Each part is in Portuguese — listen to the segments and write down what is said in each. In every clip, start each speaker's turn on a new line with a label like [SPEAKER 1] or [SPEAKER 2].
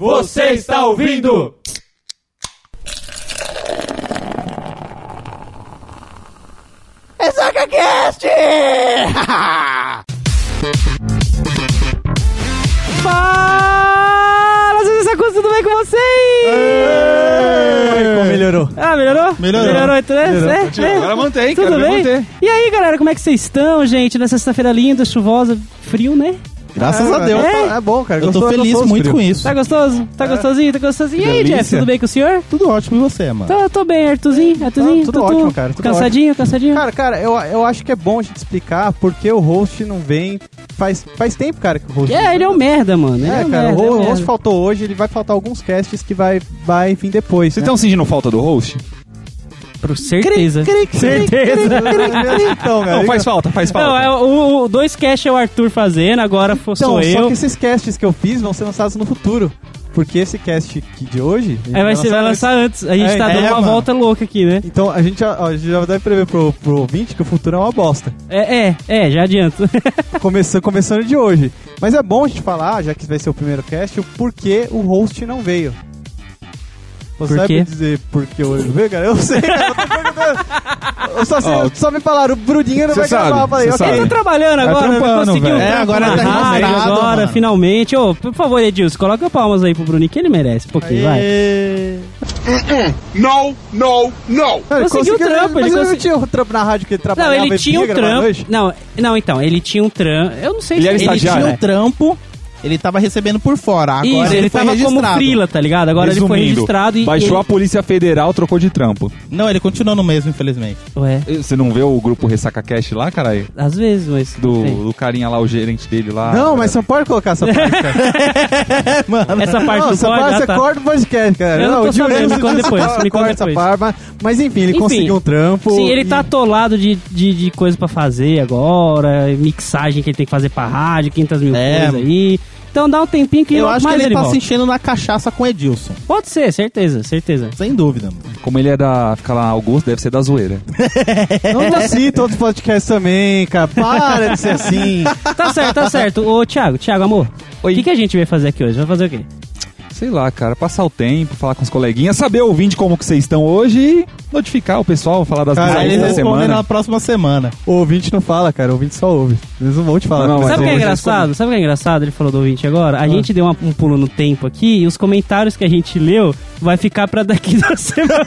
[SPEAKER 1] Você está ouvindo?
[SPEAKER 2] EsagaCast!
[SPEAKER 3] Fala, seus sacos, tudo bem com
[SPEAKER 4] É.
[SPEAKER 3] vocês?
[SPEAKER 4] melhorou.
[SPEAKER 3] Ah, melhorou?
[SPEAKER 4] Melhorou.
[SPEAKER 3] Melhorou, então é?
[SPEAKER 4] Melhorou.
[SPEAKER 3] é? é?
[SPEAKER 4] Agora mantém,
[SPEAKER 3] Tudo
[SPEAKER 4] cara,
[SPEAKER 3] bem?
[SPEAKER 4] mantém.
[SPEAKER 3] E aí, galera, como é que vocês estão, gente? Nessa sexta-feira linda, chuvosa, frio, né?
[SPEAKER 4] Graças a Deus. É, bom, cara. Eu tô
[SPEAKER 5] Gostoso,
[SPEAKER 4] feliz
[SPEAKER 5] gostoso,
[SPEAKER 4] muito
[SPEAKER 5] frio.
[SPEAKER 4] com isso.
[SPEAKER 3] Tá gostoso? Tá gostosinho? Tá gostosinho? E aí,
[SPEAKER 4] delícia.
[SPEAKER 3] Jeff, tudo bem com o senhor?
[SPEAKER 4] Tudo ótimo e você, mano? Tá
[SPEAKER 3] Tô, tô bem, Arthurzinho, Arthurzinho.
[SPEAKER 5] tudo
[SPEAKER 3] Tutu.
[SPEAKER 5] ótimo, cara, tudo
[SPEAKER 3] cansadinho, cansadinho?
[SPEAKER 5] Cara, cara, eu, eu acho que é bom a gente explicar porque o host não vem. Faz, faz tempo, cara, que o host.
[SPEAKER 3] é, ele é um merda, mano. Ele é,
[SPEAKER 5] É,
[SPEAKER 3] um
[SPEAKER 5] cara,
[SPEAKER 3] merda,
[SPEAKER 5] o,
[SPEAKER 3] é um
[SPEAKER 5] o
[SPEAKER 3] merda.
[SPEAKER 5] host faltou hoje, ele vai faltar alguns casts que vai, vai vir depois.
[SPEAKER 4] Vocês
[SPEAKER 5] né?
[SPEAKER 4] estão sentindo falta do host?
[SPEAKER 3] Pro
[SPEAKER 4] um
[SPEAKER 3] certeza.
[SPEAKER 4] Certeza.
[SPEAKER 5] então, velho.
[SPEAKER 4] Não, faz falta, faz
[SPEAKER 3] É, Não,
[SPEAKER 4] falta.
[SPEAKER 3] é, o, o dois cash é o Arthur fazendo, agora fo-
[SPEAKER 5] Então,
[SPEAKER 3] sou
[SPEAKER 5] só
[SPEAKER 3] eu.
[SPEAKER 5] que esses casts que eu fiz vão ser lançados no futuro. Porque esse cast que- de
[SPEAKER 4] É,
[SPEAKER 5] hoje. a gente
[SPEAKER 3] Aí vai, ser- vai lançar antes. A gente
[SPEAKER 5] É,
[SPEAKER 3] tá
[SPEAKER 5] é,
[SPEAKER 3] dando uma
[SPEAKER 5] mano.
[SPEAKER 3] volta louca aqui, né?
[SPEAKER 5] Então a gente, já, ó, a gente já deve prever pro, pro ouvinte que o futuro é uma bosta.
[SPEAKER 3] É, é, é, já adianto.
[SPEAKER 5] Começou, começando de hoje. Mas é bom a gente falar, já que vai ser o primeiro cast, o porquê o host não veio. Você
[SPEAKER 3] Por
[SPEAKER 5] sabe
[SPEAKER 3] quê?
[SPEAKER 5] dizer por que o não veio, cara? Eu não sei, cara, eu tô perguntando. Eu só, sei,
[SPEAKER 4] Ó,
[SPEAKER 5] só me falaram, o Brudinho não
[SPEAKER 4] cê
[SPEAKER 5] vai gravar.
[SPEAKER 4] sabe,
[SPEAKER 5] Eu falei,
[SPEAKER 4] cê
[SPEAKER 5] ok.
[SPEAKER 3] Ele tá trabalhando agora, né?
[SPEAKER 4] trampando,
[SPEAKER 3] conseguiu.
[SPEAKER 4] velho.
[SPEAKER 3] um
[SPEAKER 4] É,
[SPEAKER 3] trampo
[SPEAKER 4] agora
[SPEAKER 3] na
[SPEAKER 4] tá
[SPEAKER 3] rádio,
[SPEAKER 4] remunerado,
[SPEAKER 3] agora,
[SPEAKER 4] mano.
[SPEAKER 3] finalmente. Ô, por favor, Edilson, coloca palmas aí pro Bruninho, que ele merece um pouquinho, vai.
[SPEAKER 5] Aê.
[SPEAKER 6] Uh-uh. No, no, no.
[SPEAKER 5] Não, ele
[SPEAKER 3] Conseguiu o trampo,
[SPEAKER 5] mas
[SPEAKER 3] ele
[SPEAKER 5] ele não
[SPEAKER 3] consegui-
[SPEAKER 5] tinha o trampo na rádio que ele
[SPEAKER 3] Não,
[SPEAKER 5] trabalhava.
[SPEAKER 3] ele tinha um
[SPEAKER 5] vinha gravar à
[SPEAKER 3] trampo.
[SPEAKER 5] noite?
[SPEAKER 3] Não, não, então, ele tinha um trampo. Eu não sei
[SPEAKER 4] Ele
[SPEAKER 3] se
[SPEAKER 4] era
[SPEAKER 3] ele
[SPEAKER 4] estagiário,
[SPEAKER 3] tinha
[SPEAKER 4] né?
[SPEAKER 3] um
[SPEAKER 4] é.
[SPEAKER 3] trampo.
[SPEAKER 4] trampo.
[SPEAKER 7] Ele tava recebendo por fora. Agora
[SPEAKER 3] Isso, ele,
[SPEAKER 7] ele, foi
[SPEAKER 3] tava como
[SPEAKER 7] registrado.
[SPEAKER 3] frila, tá ligado? Agora ele foi
[SPEAKER 4] Resumindo,
[SPEAKER 3] registrado e.
[SPEAKER 4] Baixou a
[SPEAKER 3] ele...
[SPEAKER 4] Polícia Federal, trocou de trampo.
[SPEAKER 7] Não, ele continuou no mesmo, infelizmente.
[SPEAKER 3] Ué,
[SPEAKER 4] Você não vê o grupo Ressaca Cash lá, caralho?
[SPEAKER 3] às vezes, mas.
[SPEAKER 4] Do,
[SPEAKER 3] enfim.
[SPEAKER 4] do carinha lá, o gerente dele lá.
[SPEAKER 5] Não, mas você não pode colocar essa parte, cara.
[SPEAKER 3] Essa
[SPEAKER 5] Não,
[SPEAKER 3] parte do
[SPEAKER 5] essa parte
[SPEAKER 3] pode,
[SPEAKER 5] você
[SPEAKER 3] ah, tá.
[SPEAKER 5] corta o podcast, cara.
[SPEAKER 3] Eu não tô
[SPEAKER 5] o Gil
[SPEAKER 3] sabendo,
[SPEAKER 5] Lemos
[SPEAKER 3] me conta
[SPEAKER 5] disse que
[SPEAKER 3] depois, me conta
[SPEAKER 5] corta essa
[SPEAKER 3] depois.
[SPEAKER 5] parte, mas- Mas enfim, ele
[SPEAKER 3] Enfim.
[SPEAKER 5] conseguiu um trampo.
[SPEAKER 3] Sim, ele
[SPEAKER 5] e-
[SPEAKER 3] tá atolado de, de, de coisa pra fazer agora, é mixagem que ele tem que fazer pra rádio, 500 mil
[SPEAKER 7] É.
[SPEAKER 3] coisas aí. Então dá um tempinho que
[SPEAKER 7] eu
[SPEAKER 3] logo
[SPEAKER 7] acho que
[SPEAKER 3] mais
[SPEAKER 7] ele, tá
[SPEAKER 3] volta.
[SPEAKER 7] se enchendo na cachaça com o Edilson.
[SPEAKER 3] Pode ser, certeza, certeza.
[SPEAKER 7] Sem dúvida. mano.
[SPEAKER 4] Como ele é da. Fica lá, Augusto, deve ser da zoeira.
[SPEAKER 5] É, Não cita outros podcasts também, cara. Para de ser assim.
[SPEAKER 3] Tá certo, tá certo. Ô, Thiago, Thiago, amor, o
[SPEAKER 4] Oi.
[SPEAKER 3] que, que a gente veio fazer aqui hoje? Vai fazer o quê?
[SPEAKER 4] Sei lá, cara, passar o tempo, falar com os coleguinhas, saber ouvinte como que vocês estão hoje e notificar o pessoal, falar das
[SPEAKER 5] Cara,
[SPEAKER 7] Aí
[SPEAKER 4] bizarrices
[SPEAKER 7] ele
[SPEAKER 4] da
[SPEAKER 7] responde
[SPEAKER 4] semana.
[SPEAKER 7] na próxima semana.
[SPEAKER 5] O ouvinte não fala, cara. O ouvinte só ouve. Eles não vão te falar.
[SPEAKER 4] Não, não,
[SPEAKER 5] Mas
[SPEAKER 3] Sabe o que é
[SPEAKER 4] hoje eles
[SPEAKER 3] engraçado? Sabe o que é engraçado? Ele falou do ouvinte agora. A
[SPEAKER 7] Ah.
[SPEAKER 3] gente deu uma- um pulo no tempo aqui e os comentários que a gente leu vai ficar pra daqui da semana.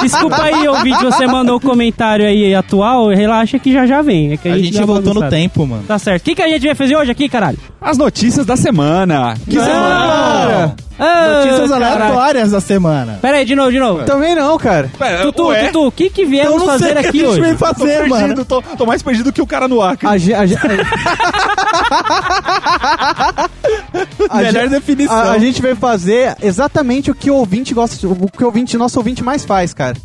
[SPEAKER 3] Desculpa aí, ouvinte, você mandou o comentário aí atual, relaxa que já já vem. É que
[SPEAKER 7] A,
[SPEAKER 3] a,
[SPEAKER 7] gente,
[SPEAKER 3] dá uma
[SPEAKER 7] voltou no
[SPEAKER 3] bagunçada.
[SPEAKER 7] tempo, mano.
[SPEAKER 3] Tá certo. O que, que a gente vai fazer hoje aqui, caralho?
[SPEAKER 4] As notícias da semana. Que semana!
[SPEAKER 7] Não! Notícias aleatórias da semana.
[SPEAKER 3] Ah, Pera aí, de novo, de novo.
[SPEAKER 5] Também não, cara.
[SPEAKER 4] Pera,
[SPEAKER 3] Tutu,
[SPEAKER 4] é, ué?
[SPEAKER 3] Tutu, o que que viemos
[SPEAKER 7] Eu não sei
[SPEAKER 3] fazer
[SPEAKER 7] o que
[SPEAKER 3] aqui
[SPEAKER 7] a gente
[SPEAKER 3] hoje?
[SPEAKER 7] veio fazer, mano.
[SPEAKER 4] Perdido, tô, tô mais perdido que o cara no Acre.
[SPEAKER 5] A, ge- a, ge- a ge-
[SPEAKER 7] Melhor definição.
[SPEAKER 5] a-
[SPEAKER 3] Então.
[SPEAKER 5] a gente veio fazer exatamente o que o ouvinte gosta, de- o que o ouvinte, nosso ouvinte mais faz, cara.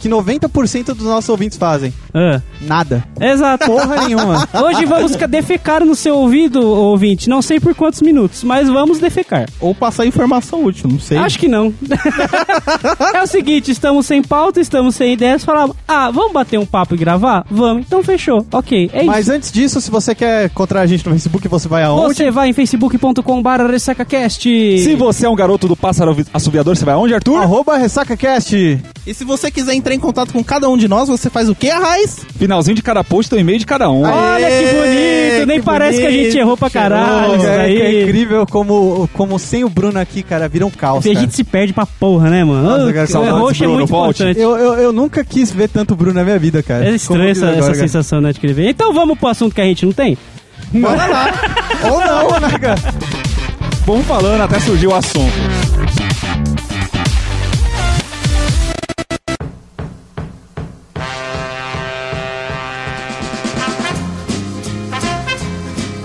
[SPEAKER 5] Que 90% dos nossos ouvintes fazem.
[SPEAKER 3] Ah,
[SPEAKER 5] Nada.
[SPEAKER 3] exato.
[SPEAKER 5] Porra nenhuma.
[SPEAKER 3] Hoje vamos ca- defecar no seu ouvido, ouvinte. Não sei por quantos minutos, mas vamos defecar.
[SPEAKER 7] Ou passar informação útil, não sei.
[SPEAKER 3] Acho que não. é o seguinte, estamos sem pauta, estamos sem ideias. Falamos, ah, vamos bater um papo e gravar? Vamos. Então fechou. Ok, é
[SPEAKER 5] Mas
[SPEAKER 3] isso.
[SPEAKER 5] antes disso, se você quer encontrar a gente no Facebook, você vai aonde?
[SPEAKER 3] Você vai em facebook.com.br ressacacast.
[SPEAKER 4] Se você é um garoto do pássaro assobiador, você vai aonde, Arthur?
[SPEAKER 5] Arroba RessacaCast.
[SPEAKER 7] E se você quiser entrar em contato com cada um de nós, você faz o quê, Raiz?
[SPEAKER 4] Finalzinho de cada post, tem um e-mail de cada um.
[SPEAKER 3] Olha que
[SPEAKER 7] Aê,
[SPEAKER 3] bonito, nem
[SPEAKER 7] que
[SPEAKER 3] parece que a gente
[SPEAKER 7] bonito,
[SPEAKER 3] errou pra
[SPEAKER 7] cheiroso.
[SPEAKER 3] caralho. Isso
[SPEAKER 5] Cara,
[SPEAKER 3] aí.
[SPEAKER 5] é incrível como, como sem o Bruno aqui, cara, vira um caos.
[SPEAKER 3] a
[SPEAKER 5] cara.
[SPEAKER 3] gente se perde pra porra, né, mano?
[SPEAKER 5] Nossa, cara,
[SPEAKER 3] Ah,
[SPEAKER 5] saudades,
[SPEAKER 3] roxo é
[SPEAKER 4] Bruno,
[SPEAKER 3] muito
[SPEAKER 4] volte.
[SPEAKER 3] importante.
[SPEAKER 5] Eu, eu, eu nunca quis ver tanto Bruno na minha vida, cara.
[SPEAKER 3] É estranho
[SPEAKER 5] Como eu
[SPEAKER 3] essa,
[SPEAKER 5] fiz agora,
[SPEAKER 3] essa sensação, né, de escrever. Então vamos pro assunto que a gente não tem?
[SPEAKER 7] Bora lá.
[SPEAKER 5] cara. Ou não, né, cara?
[SPEAKER 4] Vamos falando até surgir o assunto.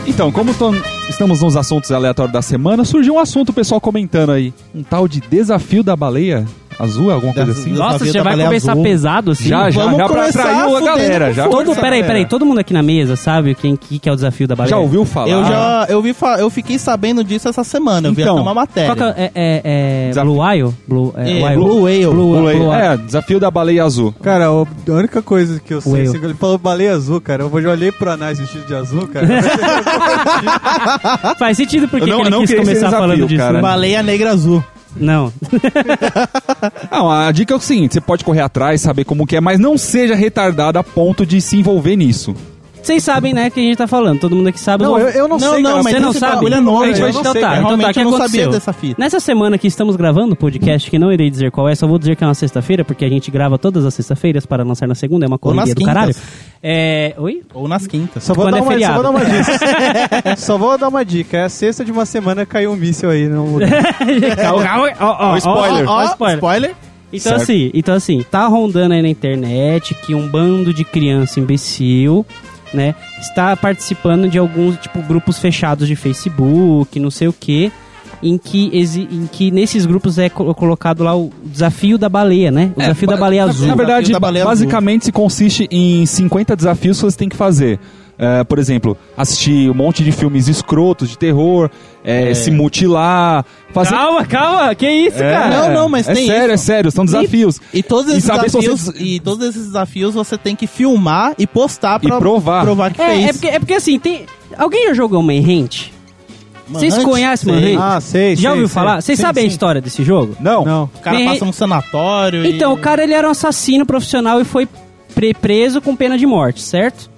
[SPEAKER 4] Então, como to- estamos nos assuntos aleatórios da semana, surgiu um assunto o pessoal comentando aí. Um tal de desafio da baleia. azul, alguma coisa
[SPEAKER 7] Azul.
[SPEAKER 4] assim?
[SPEAKER 7] Nossa,
[SPEAKER 3] Nossa,
[SPEAKER 7] vida
[SPEAKER 3] já vai
[SPEAKER 7] valeu
[SPEAKER 3] começar
[SPEAKER 7] azul.
[SPEAKER 3] pesado assim?
[SPEAKER 4] Já, já,
[SPEAKER 7] vamos
[SPEAKER 4] já pra
[SPEAKER 7] começar
[SPEAKER 4] atrair a
[SPEAKER 7] fudendo
[SPEAKER 4] galera.
[SPEAKER 7] com
[SPEAKER 4] Já,
[SPEAKER 7] força.
[SPEAKER 3] Todo, peraí,
[SPEAKER 7] galera.
[SPEAKER 3] peraí, todo mundo aqui na mesa sabe quem que, que é o desafio da baleia?
[SPEAKER 4] já ouviu falar? Ah,
[SPEAKER 7] Eu já eu vi fa- eu fiquei sabendo disso essa semana, eu vi até
[SPEAKER 4] Então,
[SPEAKER 7] uma matéria.
[SPEAKER 3] Qual que é, é, é,
[SPEAKER 4] Desafio.
[SPEAKER 3] Blue Whale? Blue, é,
[SPEAKER 7] É,
[SPEAKER 3] Whale.
[SPEAKER 7] Blue Whale.
[SPEAKER 3] Blue,
[SPEAKER 4] Pula aí.
[SPEAKER 3] Blue Whale.
[SPEAKER 4] É, desafio da baleia azul.
[SPEAKER 5] Cara, o- a única coisa que eu sei,
[SPEAKER 3] Whale.
[SPEAKER 5] assim, ele falou baleia azul, cara. Eu já olhei pro Anais vestido de azul, cara.
[SPEAKER 3] Faz sentido porque
[SPEAKER 4] Eu não-
[SPEAKER 3] que ele
[SPEAKER 4] não
[SPEAKER 3] quis
[SPEAKER 4] queria
[SPEAKER 3] começar
[SPEAKER 4] esse desafio,
[SPEAKER 3] falando disso.
[SPEAKER 4] cara.
[SPEAKER 3] né?
[SPEAKER 7] Baleia negra azul.
[SPEAKER 3] Não.
[SPEAKER 4] Não, a dica é o seguinte, você pode correr atrás, saber como que é, mas não seja retardado a ponto de se envolver nisso.
[SPEAKER 3] Vocês sabem, né, que a gente tá falando. Todo mundo aqui sabe.
[SPEAKER 5] Não, eu, eu não, sei, cara.
[SPEAKER 3] mas- você
[SPEAKER 7] tem
[SPEAKER 3] não
[SPEAKER 7] esse
[SPEAKER 3] sabe?
[SPEAKER 7] bagulho é novo,
[SPEAKER 4] A gente vai
[SPEAKER 7] eu não
[SPEAKER 4] tentar,
[SPEAKER 7] sei,
[SPEAKER 4] então
[SPEAKER 7] cara.
[SPEAKER 4] tá,
[SPEAKER 7] Realmente
[SPEAKER 3] que
[SPEAKER 7] eu não
[SPEAKER 3] aconteceu?
[SPEAKER 7] sabia dessa fita.
[SPEAKER 3] Nessa semana que estamos gravando o podcast, que não irei dizer qual é, só vou dizer que é uma sexta-feira, porque a gente grava todas as sextas-feiras para lançar na segunda, é uma
[SPEAKER 7] nas
[SPEAKER 3] correria do
[SPEAKER 7] quintas.
[SPEAKER 3] caralho. É... Oi?
[SPEAKER 7] Ou nas quintas.
[SPEAKER 5] Só vou,
[SPEAKER 3] Quando
[SPEAKER 5] dar
[SPEAKER 3] é
[SPEAKER 5] uma, só
[SPEAKER 3] feriado.
[SPEAKER 5] vou dar uma dica. só vou dar uma dica. É a sexta de uma semana que caiu um míssil aí no lugar.
[SPEAKER 7] É,
[SPEAKER 3] Calma, calma. Ó, ó, ó,
[SPEAKER 4] Um spoiler.
[SPEAKER 3] ó, ó, spoiler. Então
[SPEAKER 4] Certo.
[SPEAKER 3] assim, então assim, tá rondando aí na internet que um bando de criança imbecil, né, está participando de alguns tipo grupos fechados de Facebook, não sei o quê, em que exi- em que nesses grupos é co- colocado lá o desafio da baleia, né? O desafio da baleia azul.
[SPEAKER 4] É, Na verdade,
[SPEAKER 7] Desafio da baleia
[SPEAKER 4] basicamente se consiste em 50 desafios que você tem que fazer. É, por exemplo, assistir um monte de filmes escrotos de terror, é, se mutilar, fazer.
[SPEAKER 3] Calma, calma, que isso,
[SPEAKER 4] É,
[SPEAKER 3] cara?
[SPEAKER 7] Não, não, mas
[SPEAKER 4] é
[SPEAKER 7] tem
[SPEAKER 4] sério, é sério, são desafios.
[SPEAKER 7] E todos
[SPEAKER 4] E
[SPEAKER 7] esses
[SPEAKER 4] saber se
[SPEAKER 7] desafios,
[SPEAKER 4] você-
[SPEAKER 7] e todos esses desafios você tem que filmar e postar
[SPEAKER 4] E
[SPEAKER 7] pra
[SPEAKER 4] provar.
[SPEAKER 7] que
[SPEAKER 3] É,
[SPEAKER 7] fez.
[SPEAKER 3] é porque, é porque assim, tem alguém já jogou Manhunt? Vocês
[SPEAKER 7] Manhunt?
[SPEAKER 3] conhecem
[SPEAKER 7] Sei.
[SPEAKER 3] Manhunt?
[SPEAKER 5] ah, sei, sei,
[SPEAKER 3] Já ouviu
[SPEAKER 5] sei.
[SPEAKER 3] falar? Vocês
[SPEAKER 7] Sim,
[SPEAKER 3] sabem a
[SPEAKER 7] sim.
[SPEAKER 3] história desse jogo?
[SPEAKER 4] Não,
[SPEAKER 5] Não.
[SPEAKER 7] O cara
[SPEAKER 3] Tem-
[SPEAKER 7] passa num sanatório
[SPEAKER 3] Então,
[SPEAKER 7] e...
[SPEAKER 3] o cara ele era um assassino profissional e foi pre- preso com pena de morte, certo?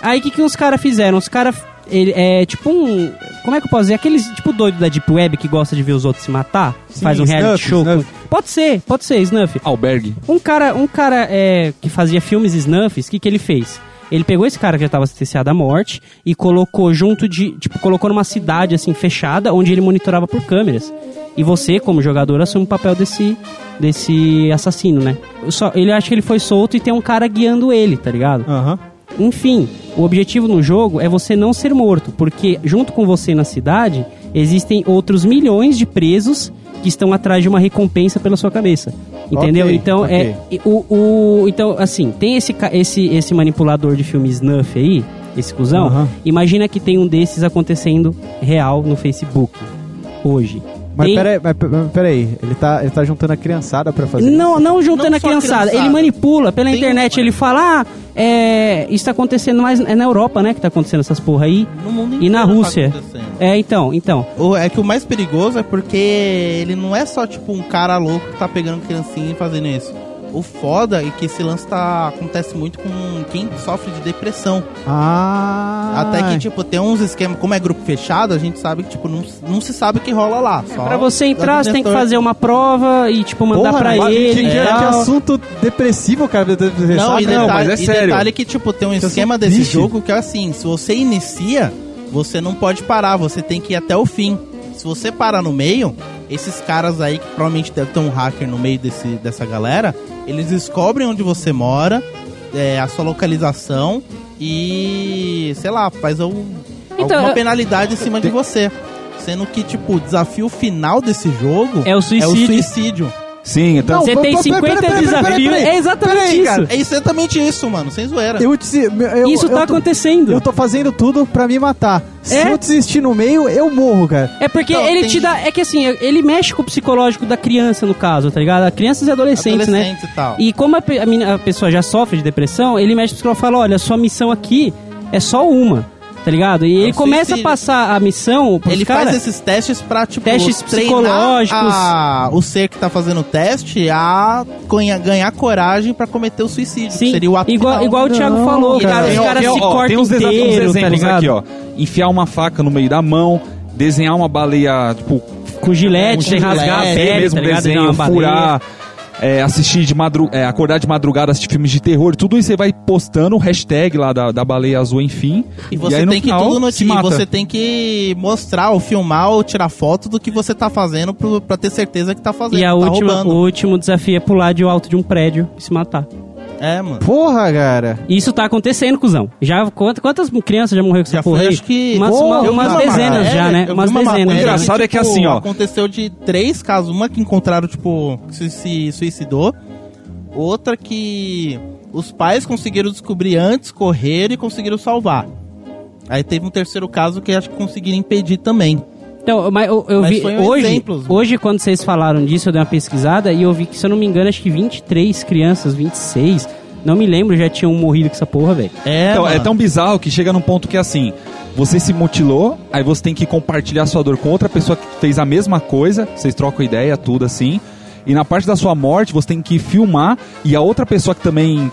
[SPEAKER 3] Aí o que, que os caras fizeram? Os caras. Ele é tipo um. Como é que eu posso dizer? Aqueles tipo doido da Deep Web que gosta de ver os outros se matar?
[SPEAKER 5] Sim,
[SPEAKER 3] faz um
[SPEAKER 5] Snuff,
[SPEAKER 3] reality show.
[SPEAKER 5] Snuff.
[SPEAKER 3] Pode ser, pode ser, Snuff.
[SPEAKER 4] albergue.
[SPEAKER 3] Um cara, um cara é, que fazia filmes snuffs, o que, que ele fez? Ele pegou esse cara que já tava sentenciado à morte e colocou junto de. Tipo, colocou numa cidade assim, fechada, onde ele monitorava por câmeras. E você, como jogador, assume o papel desse, desse assassino, né? Só, ele acha que ele foi solto e tem um cara guiando ele, tá ligado?
[SPEAKER 5] Aham.
[SPEAKER 3] Enfim, o objetivo no jogo é você não ser morto, porque junto com você na cidade existem outros milhões de presos que estão atrás de uma recompensa pela sua cabeça. Entendeu?
[SPEAKER 5] Ok,
[SPEAKER 3] então
[SPEAKER 5] ok.
[SPEAKER 3] é e o, o então assim, tem esse ca- esse esse manipulador de filme Snuff aí, esse cuzão.
[SPEAKER 5] Aham.
[SPEAKER 3] Imagina que tem um desses acontecendo real no Facebook hoje.
[SPEAKER 5] Mas
[SPEAKER 3] Tem-
[SPEAKER 5] peraí, mas pe- mas peraí, ele tá, ele tá juntando a criançada pra fazer
[SPEAKER 3] Não, não juntando
[SPEAKER 7] Não
[SPEAKER 3] a
[SPEAKER 7] só a
[SPEAKER 3] criançada.
[SPEAKER 7] criançada.
[SPEAKER 3] Ele manipula pela
[SPEAKER 7] Tem
[SPEAKER 3] internet.
[SPEAKER 7] uma-
[SPEAKER 3] Ele fala, ah, é, isso tá acontecendo mais é na Europa, né, que tá acontecendo essas porra aí.
[SPEAKER 7] No mundo
[SPEAKER 3] E
[SPEAKER 7] inteiro
[SPEAKER 3] na
[SPEAKER 7] tá
[SPEAKER 3] Rússia.
[SPEAKER 7] acontecendo.
[SPEAKER 3] É, então, então.
[SPEAKER 7] O- É que o mais perigoso é porque ele não é só tipo um cara louco que tá pegando criancinha e fazendo isso. O foda é que esse lance tá, acontece muito com quem sofre de depressão.
[SPEAKER 5] isso. Ah.
[SPEAKER 7] Até que, tipo, tem uns esquemas, como é grupo fechado, a gente sabe que, tipo, não, não se sabe o que rola lá. Só
[SPEAKER 3] É, Pra você entrar,
[SPEAKER 7] Só
[SPEAKER 3] você tem que
[SPEAKER 7] diretor-
[SPEAKER 3] fazer uma prova e, tipo, mandar
[SPEAKER 5] Porra,
[SPEAKER 3] pra
[SPEAKER 5] mas
[SPEAKER 3] ele.
[SPEAKER 5] Que, que- é que
[SPEAKER 3] e tal.
[SPEAKER 5] assunto depressivo, cara. de- de- de-
[SPEAKER 7] Não,
[SPEAKER 5] sabe?
[SPEAKER 7] e
[SPEAKER 4] Não, mas
[SPEAKER 7] detalhe,
[SPEAKER 4] é
[SPEAKER 7] e
[SPEAKER 4] sério. Então
[SPEAKER 7] detalhe que, tipo, tem um
[SPEAKER 5] Isso é
[SPEAKER 7] esquema
[SPEAKER 5] um
[SPEAKER 7] desse
[SPEAKER 5] triste.
[SPEAKER 7] jogo que é assim, se você inicia, você não pode parar, você tem que ir até o fim. Se você parar no meio, esses caras aí, que provavelmente deve ter um hacker no meio desse, dessa galera, eles descobrem onde você mora, é, a sua localização e, sei lá, faz algum,
[SPEAKER 3] Então,
[SPEAKER 7] alguma
[SPEAKER 3] eu-
[SPEAKER 7] penalidade em cima de você. Sendo que, tipo, o desafio final desse jogo
[SPEAKER 3] É o
[SPEAKER 7] é o
[SPEAKER 3] suicídio.
[SPEAKER 7] suicídio.
[SPEAKER 4] Sim, então.
[SPEAKER 5] Não,
[SPEAKER 3] Você
[SPEAKER 5] pera-
[SPEAKER 3] tem
[SPEAKER 5] pera-
[SPEAKER 3] 50
[SPEAKER 5] pera- pera- pera-
[SPEAKER 3] desafios.
[SPEAKER 5] pera- pera-
[SPEAKER 3] É exatamente
[SPEAKER 5] pera aí, cara.
[SPEAKER 3] isso.
[SPEAKER 7] É exatamente isso, mano, sem zoeira.
[SPEAKER 5] Eu desi- eu-
[SPEAKER 3] isso
[SPEAKER 5] eu
[SPEAKER 3] tá
[SPEAKER 5] tô-
[SPEAKER 3] acontecendo.
[SPEAKER 5] Eu tô fazendo tudo pra me matar. Se
[SPEAKER 3] É?
[SPEAKER 5] eu desistir no meio, eu morro, cara.
[SPEAKER 3] É porque
[SPEAKER 7] Não,
[SPEAKER 3] ele
[SPEAKER 7] tem-
[SPEAKER 3] te dá. É que assim, ele mexe com o psicológico da criança, no caso, tá ligado? Crianças e adolescentes, né?
[SPEAKER 7] Adolescente e tal.
[SPEAKER 3] E como a, pe- a mina- a pessoa já sofre de depressão, ele mexe psicológico e fala: olha, sua missão aqui é só uma, tá ligado? E
[SPEAKER 5] É um
[SPEAKER 3] ele
[SPEAKER 7] sei
[SPEAKER 3] começa
[SPEAKER 7] se-
[SPEAKER 3] a passar a missão pros
[SPEAKER 7] Ele
[SPEAKER 3] cara,
[SPEAKER 7] faz esses testes pra, tipo,
[SPEAKER 3] Testes
[SPEAKER 7] treinar
[SPEAKER 3] psicológicos.
[SPEAKER 7] a- o ser que tá fazendo o teste a conha- ganhar coragem pra cometer o suicídio. que
[SPEAKER 3] Sim,
[SPEAKER 7] seria o ato
[SPEAKER 3] igual,
[SPEAKER 7] final.
[SPEAKER 3] igual o Thiago falou,
[SPEAKER 7] cara.
[SPEAKER 3] cara, os
[SPEAKER 7] Tem-
[SPEAKER 3] caras se
[SPEAKER 4] ó, tem
[SPEAKER 3] cortam
[SPEAKER 4] uns, desa- uns
[SPEAKER 3] inteiro, tá
[SPEAKER 4] exemplos
[SPEAKER 3] ligado?
[SPEAKER 4] aqui, ó. Enfiar uma faca no meio da mão, desenhar uma baleia, tipo,
[SPEAKER 3] Com gilete, sem rasgar a
[SPEAKER 7] gilete,
[SPEAKER 4] até
[SPEAKER 3] pele,
[SPEAKER 4] mesmo
[SPEAKER 3] tá ligado? Ele dá
[SPEAKER 4] desenho,
[SPEAKER 3] uma baleia.
[SPEAKER 4] furar, é, assistir de madru é, acordar de madrugada, assistir filmes de terror, tudo isso você vai postando o hashtag lá da, da baleia azul, enfim.
[SPEAKER 7] E você
[SPEAKER 4] aí, no
[SPEAKER 7] tem que
[SPEAKER 4] final,
[SPEAKER 7] tudo no
[SPEAKER 4] se
[SPEAKER 7] e
[SPEAKER 4] mata.
[SPEAKER 7] você tem que mostrar ou filmar ou tirar foto do que você tá fazendo pro, pra ter certeza que tá fazendo.
[SPEAKER 3] E a
[SPEAKER 7] tá
[SPEAKER 3] última,
[SPEAKER 7] roubando.
[SPEAKER 3] o último desafio é pular de alto de um prédio e se matar.
[SPEAKER 7] É, mano.
[SPEAKER 5] Porra, cara.
[SPEAKER 3] Isso tá acontecendo, cuzão. Já, quant- quantas crianças já morreram com essa
[SPEAKER 7] Já
[SPEAKER 3] porra
[SPEAKER 7] foi,
[SPEAKER 3] aí?
[SPEAKER 7] acho que-
[SPEAKER 3] Umas,
[SPEAKER 5] Porra,
[SPEAKER 3] uma-
[SPEAKER 5] eu vi
[SPEAKER 3] umas
[SPEAKER 5] uma
[SPEAKER 3] dezenas
[SPEAKER 7] matéria,
[SPEAKER 3] já, né?
[SPEAKER 7] eu vi
[SPEAKER 3] Umas
[SPEAKER 7] uma
[SPEAKER 3] dezenas.
[SPEAKER 7] matéria tipo,
[SPEAKER 3] já.
[SPEAKER 4] engraçado é que assim, ó.
[SPEAKER 7] Aconteceu de três casos. Uma que encontraram, tipo, que se- se suicidou. Outra que os pais conseguiram descobrir antes, correram e conseguiram salvar. Aí teve um terceiro caso que acho que conseguiram impedir também.
[SPEAKER 3] Então, mas eu, eu
[SPEAKER 7] Mas
[SPEAKER 3] vi
[SPEAKER 7] foi um
[SPEAKER 3] hoje,
[SPEAKER 7] exemplo.
[SPEAKER 3] hoje quando vocês falaram disso, eu dei uma pesquisada e eu vi que, se eu não me engano, acho que 23 crianças, 26, não me lembro, já tinham morrido com essa porra, velho.
[SPEAKER 7] É,
[SPEAKER 4] Então,
[SPEAKER 7] mano.
[SPEAKER 4] é tão bizarro que chega num ponto que é assim, você se mutilou, aí você tem que compartilhar sua dor com outra pessoa que fez a mesma coisa, vocês trocam ideia, tudo assim. E na parte da sua morte, você tem que filmar e a outra pessoa que também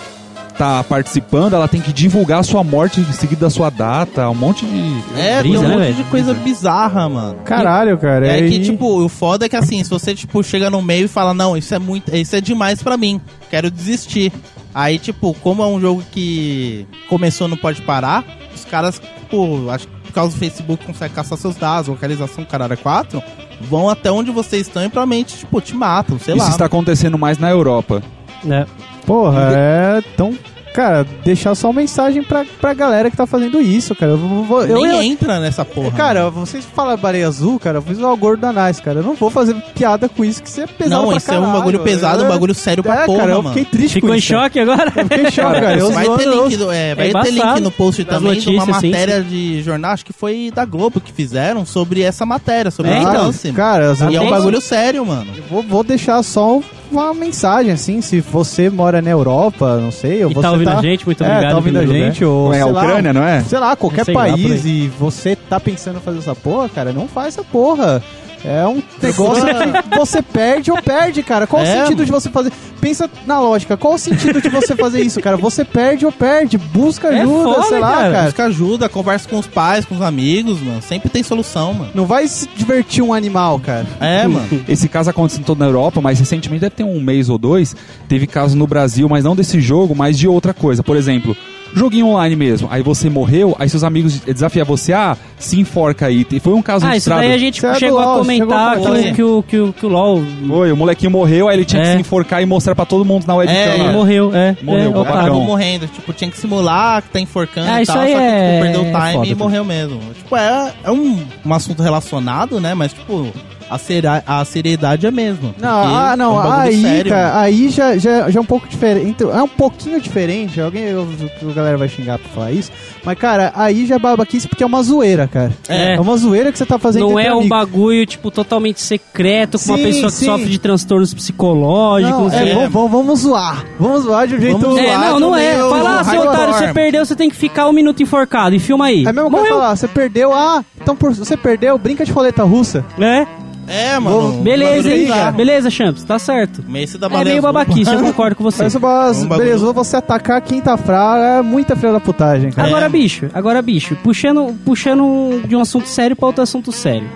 [SPEAKER 4] tá participando, ela tem que divulgar a sua morte em seguida da sua data, um monte de
[SPEAKER 7] É,
[SPEAKER 3] brisa,
[SPEAKER 7] tem um
[SPEAKER 3] né,
[SPEAKER 7] monte
[SPEAKER 3] velho?
[SPEAKER 7] de coisa bizarra, mano.
[SPEAKER 5] Caralho, cara.
[SPEAKER 7] É
[SPEAKER 5] aí-
[SPEAKER 7] que, tipo, o foda é que assim, se você, tipo, chega no meio e fala, não, isso é muito. Isso é demais pra mim. Quero desistir. Aí, tipo, como é um jogo que começou não pode parar, os caras, tipo, acho que por causa do Facebook consegue caçar seus dados, localização caralho 4, vão até onde vocês estão e provavelmente, tipo, te matam, sei
[SPEAKER 4] Isso
[SPEAKER 7] lá.
[SPEAKER 5] tá-
[SPEAKER 4] está acontecendo mais na Europa.
[SPEAKER 3] né?
[SPEAKER 5] Porra, é tão. Cara, deixar só uma mensagem pra, pra galera que tá fazendo isso, cara. Eu, vou- eu,
[SPEAKER 7] Nem é
[SPEAKER 5] eu-
[SPEAKER 7] entra nessa porra.
[SPEAKER 5] Cara, vocês falam baleia azul, cara, eu fiz o gordo da Nice, cara. Eu não vou fazer piada com isso, que isso é pesado
[SPEAKER 7] Não,
[SPEAKER 5] pra
[SPEAKER 7] isso é um
[SPEAKER 5] caralho.
[SPEAKER 7] bagulho pesado, um
[SPEAKER 5] Eu-
[SPEAKER 7] bagulho sério pra
[SPEAKER 5] é,
[SPEAKER 7] porra,
[SPEAKER 5] cara, eu
[SPEAKER 7] mano.
[SPEAKER 5] fiquei triste
[SPEAKER 3] Ficou
[SPEAKER 5] com
[SPEAKER 3] em
[SPEAKER 5] Tipo isso. cara.
[SPEAKER 3] choque agora? tá
[SPEAKER 5] Eu fiquei em choque, cara. Eu
[SPEAKER 7] vai
[SPEAKER 5] zoando,
[SPEAKER 7] ter
[SPEAKER 5] eu-
[SPEAKER 7] link, no, é, vai ter
[SPEAKER 3] embaçado.
[SPEAKER 7] link no post
[SPEAKER 3] Das
[SPEAKER 7] também de uma
[SPEAKER 3] notícias, sim,
[SPEAKER 7] matéria de jornal, acho que foi da Globo que fizeram sobre essa matéria, sobre
[SPEAKER 3] É,
[SPEAKER 7] o
[SPEAKER 3] então,
[SPEAKER 7] lance.
[SPEAKER 5] Cara, eu
[SPEAKER 7] né, E é um
[SPEAKER 5] eu-
[SPEAKER 7] bagulho sério, mano.
[SPEAKER 5] Vou, vou deixar só uma mensagem, assim, se você mora na Europa, não sei, ou
[SPEAKER 3] E
[SPEAKER 5] você
[SPEAKER 3] tá ouvindo a gente, muito
[SPEAKER 5] É,
[SPEAKER 3] obrigado.
[SPEAKER 5] tá ouvindo
[SPEAKER 3] em
[SPEAKER 5] a
[SPEAKER 3] primeiro lugar.
[SPEAKER 5] gente, ou
[SPEAKER 4] Não é a
[SPEAKER 5] sei lá,
[SPEAKER 4] Ucrânia, não é?
[SPEAKER 5] sei lá, qualquer
[SPEAKER 3] Sei lá,
[SPEAKER 5] país
[SPEAKER 3] por
[SPEAKER 5] e você tá pensando em fazer essa porra, cara, não faz essa porra. É um negócio que você perde ou perde, cara. Qual
[SPEAKER 7] É,
[SPEAKER 5] o sentido
[SPEAKER 7] mano.
[SPEAKER 5] de você fazer? Pensa na lógica. Qual o sentido de você fazer isso, cara? Você perde ou perde. Busca
[SPEAKER 3] É
[SPEAKER 5] ajuda,
[SPEAKER 3] foda,
[SPEAKER 5] sei lá,
[SPEAKER 3] cara.
[SPEAKER 5] cara.
[SPEAKER 7] Busca ajuda, conversa com os pais, com os amigos, mano. Sempre tem solução, mano.
[SPEAKER 5] Não vai se divertir um animal, cara.
[SPEAKER 7] É, mano.
[SPEAKER 4] Esse caso aconteceu em toda a Europa, mas recentemente deve ter um mês ou dois. Teve caso no Brasil, mas não desse jogo, mas de outra coisa. Por exemplo, joguinho online mesmo. Aí você morreu, aí seus amigos desafiam você, ah, se enforca aí. E Foi um caso
[SPEAKER 3] Ah, isso
[SPEAKER 4] registrado.
[SPEAKER 3] daí a gente
[SPEAKER 5] Isso é do
[SPEAKER 3] chegou a
[SPEAKER 5] LOL,
[SPEAKER 3] comentar
[SPEAKER 5] chegou
[SPEAKER 7] a
[SPEAKER 3] que,
[SPEAKER 7] falar.
[SPEAKER 3] o, que, o, que, o, que o LOL
[SPEAKER 4] Foi, o molequinho morreu, aí ele tinha
[SPEAKER 3] É.
[SPEAKER 4] que se enforcar e mostrar pra todo mundo na webcam.
[SPEAKER 7] É,
[SPEAKER 4] lá.
[SPEAKER 7] ele
[SPEAKER 3] morreu, é.
[SPEAKER 4] Ah, Morreu,
[SPEAKER 3] é,
[SPEAKER 4] o
[SPEAKER 3] opa.
[SPEAKER 4] babacão.
[SPEAKER 7] Acabou morrendo. Tipo, tinha que simular que tá enforcando
[SPEAKER 3] Ah,
[SPEAKER 7] e
[SPEAKER 3] isso
[SPEAKER 7] tal,
[SPEAKER 3] aí
[SPEAKER 7] só que
[SPEAKER 3] é-
[SPEAKER 7] tipo, perdeu o time
[SPEAKER 3] foda,
[SPEAKER 7] e morreu mesmo. Tipo, é, é um, um assunto relacionado, né? Mas, tipo, a, sera- a seriedade é mesmo.
[SPEAKER 5] Não,
[SPEAKER 7] Porque
[SPEAKER 5] ah, não,
[SPEAKER 7] é um bagulho
[SPEAKER 5] aí,
[SPEAKER 7] sério,
[SPEAKER 5] cara,
[SPEAKER 7] mano.
[SPEAKER 5] aí já, já, já é um pouco diferente. então, É um pouquinho diferente. Alguém, eu- a galera vai xingar pra falar isso. Mas, cara, aí já é babaquice porque é uma zoeira, cara.
[SPEAKER 3] É.
[SPEAKER 5] uma zoeira que você tá fazendo.
[SPEAKER 3] Não
[SPEAKER 5] entre
[SPEAKER 3] é um
[SPEAKER 5] amigos.
[SPEAKER 3] bagulho, tipo, totalmente secreto, com uma
[SPEAKER 5] Sim,
[SPEAKER 3] pessoa que
[SPEAKER 5] sim.
[SPEAKER 3] sofre de transtornos
[SPEAKER 5] Não,
[SPEAKER 3] psicológicos.
[SPEAKER 5] é,
[SPEAKER 3] né?
[SPEAKER 7] é.
[SPEAKER 5] vamos- Vamos, vamos zoar. Vamos zoar de um jeito.
[SPEAKER 7] Vamos
[SPEAKER 3] É,
[SPEAKER 7] zoar
[SPEAKER 3] não, não é.
[SPEAKER 7] também,
[SPEAKER 5] um
[SPEAKER 3] Fala,
[SPEAKER 7] o
[SPEAKER 3] seu
[SPEAKER 7] hardcore.
[SPEAKER 3] otário, você perdeu, você tem que ficar um minuto enforcado. E filma aí.
[SPEAKER 5] É mesmo que eu falar, você perdeu, ah, então por, você perdeu, brinca de roleta russa.
[SPEAKER 3] É?
[SPEAKER 7] É, mano.
[SPEAKER 3] Beleza, hein?
[SPEAKER 7] cara.
[SPEAKER 3] Beleza, Champs, tá certo.
[SPEAKER 7] Esse da
[SPEAKER 3] É
[SPEAKER 7] baleia
[SPEAKER 3] meio
[SPEAKER 7] azul,
[SPEAKER 3] babaquice, eu
[SPEAKER 7] mano.
[SPEAKER 3] concordo com você.
[SPEAKER 5] Parece uma
[SPEAKER 7] É um bagulho.
[SPEAKER 5] beleza, você atacar quinta fraga, é muita filha da putagem, cara.
[SPEAKER 3] Agora, bicho, agora, bicho, puxando, puxando de um assunto sério pra outro assunto sério.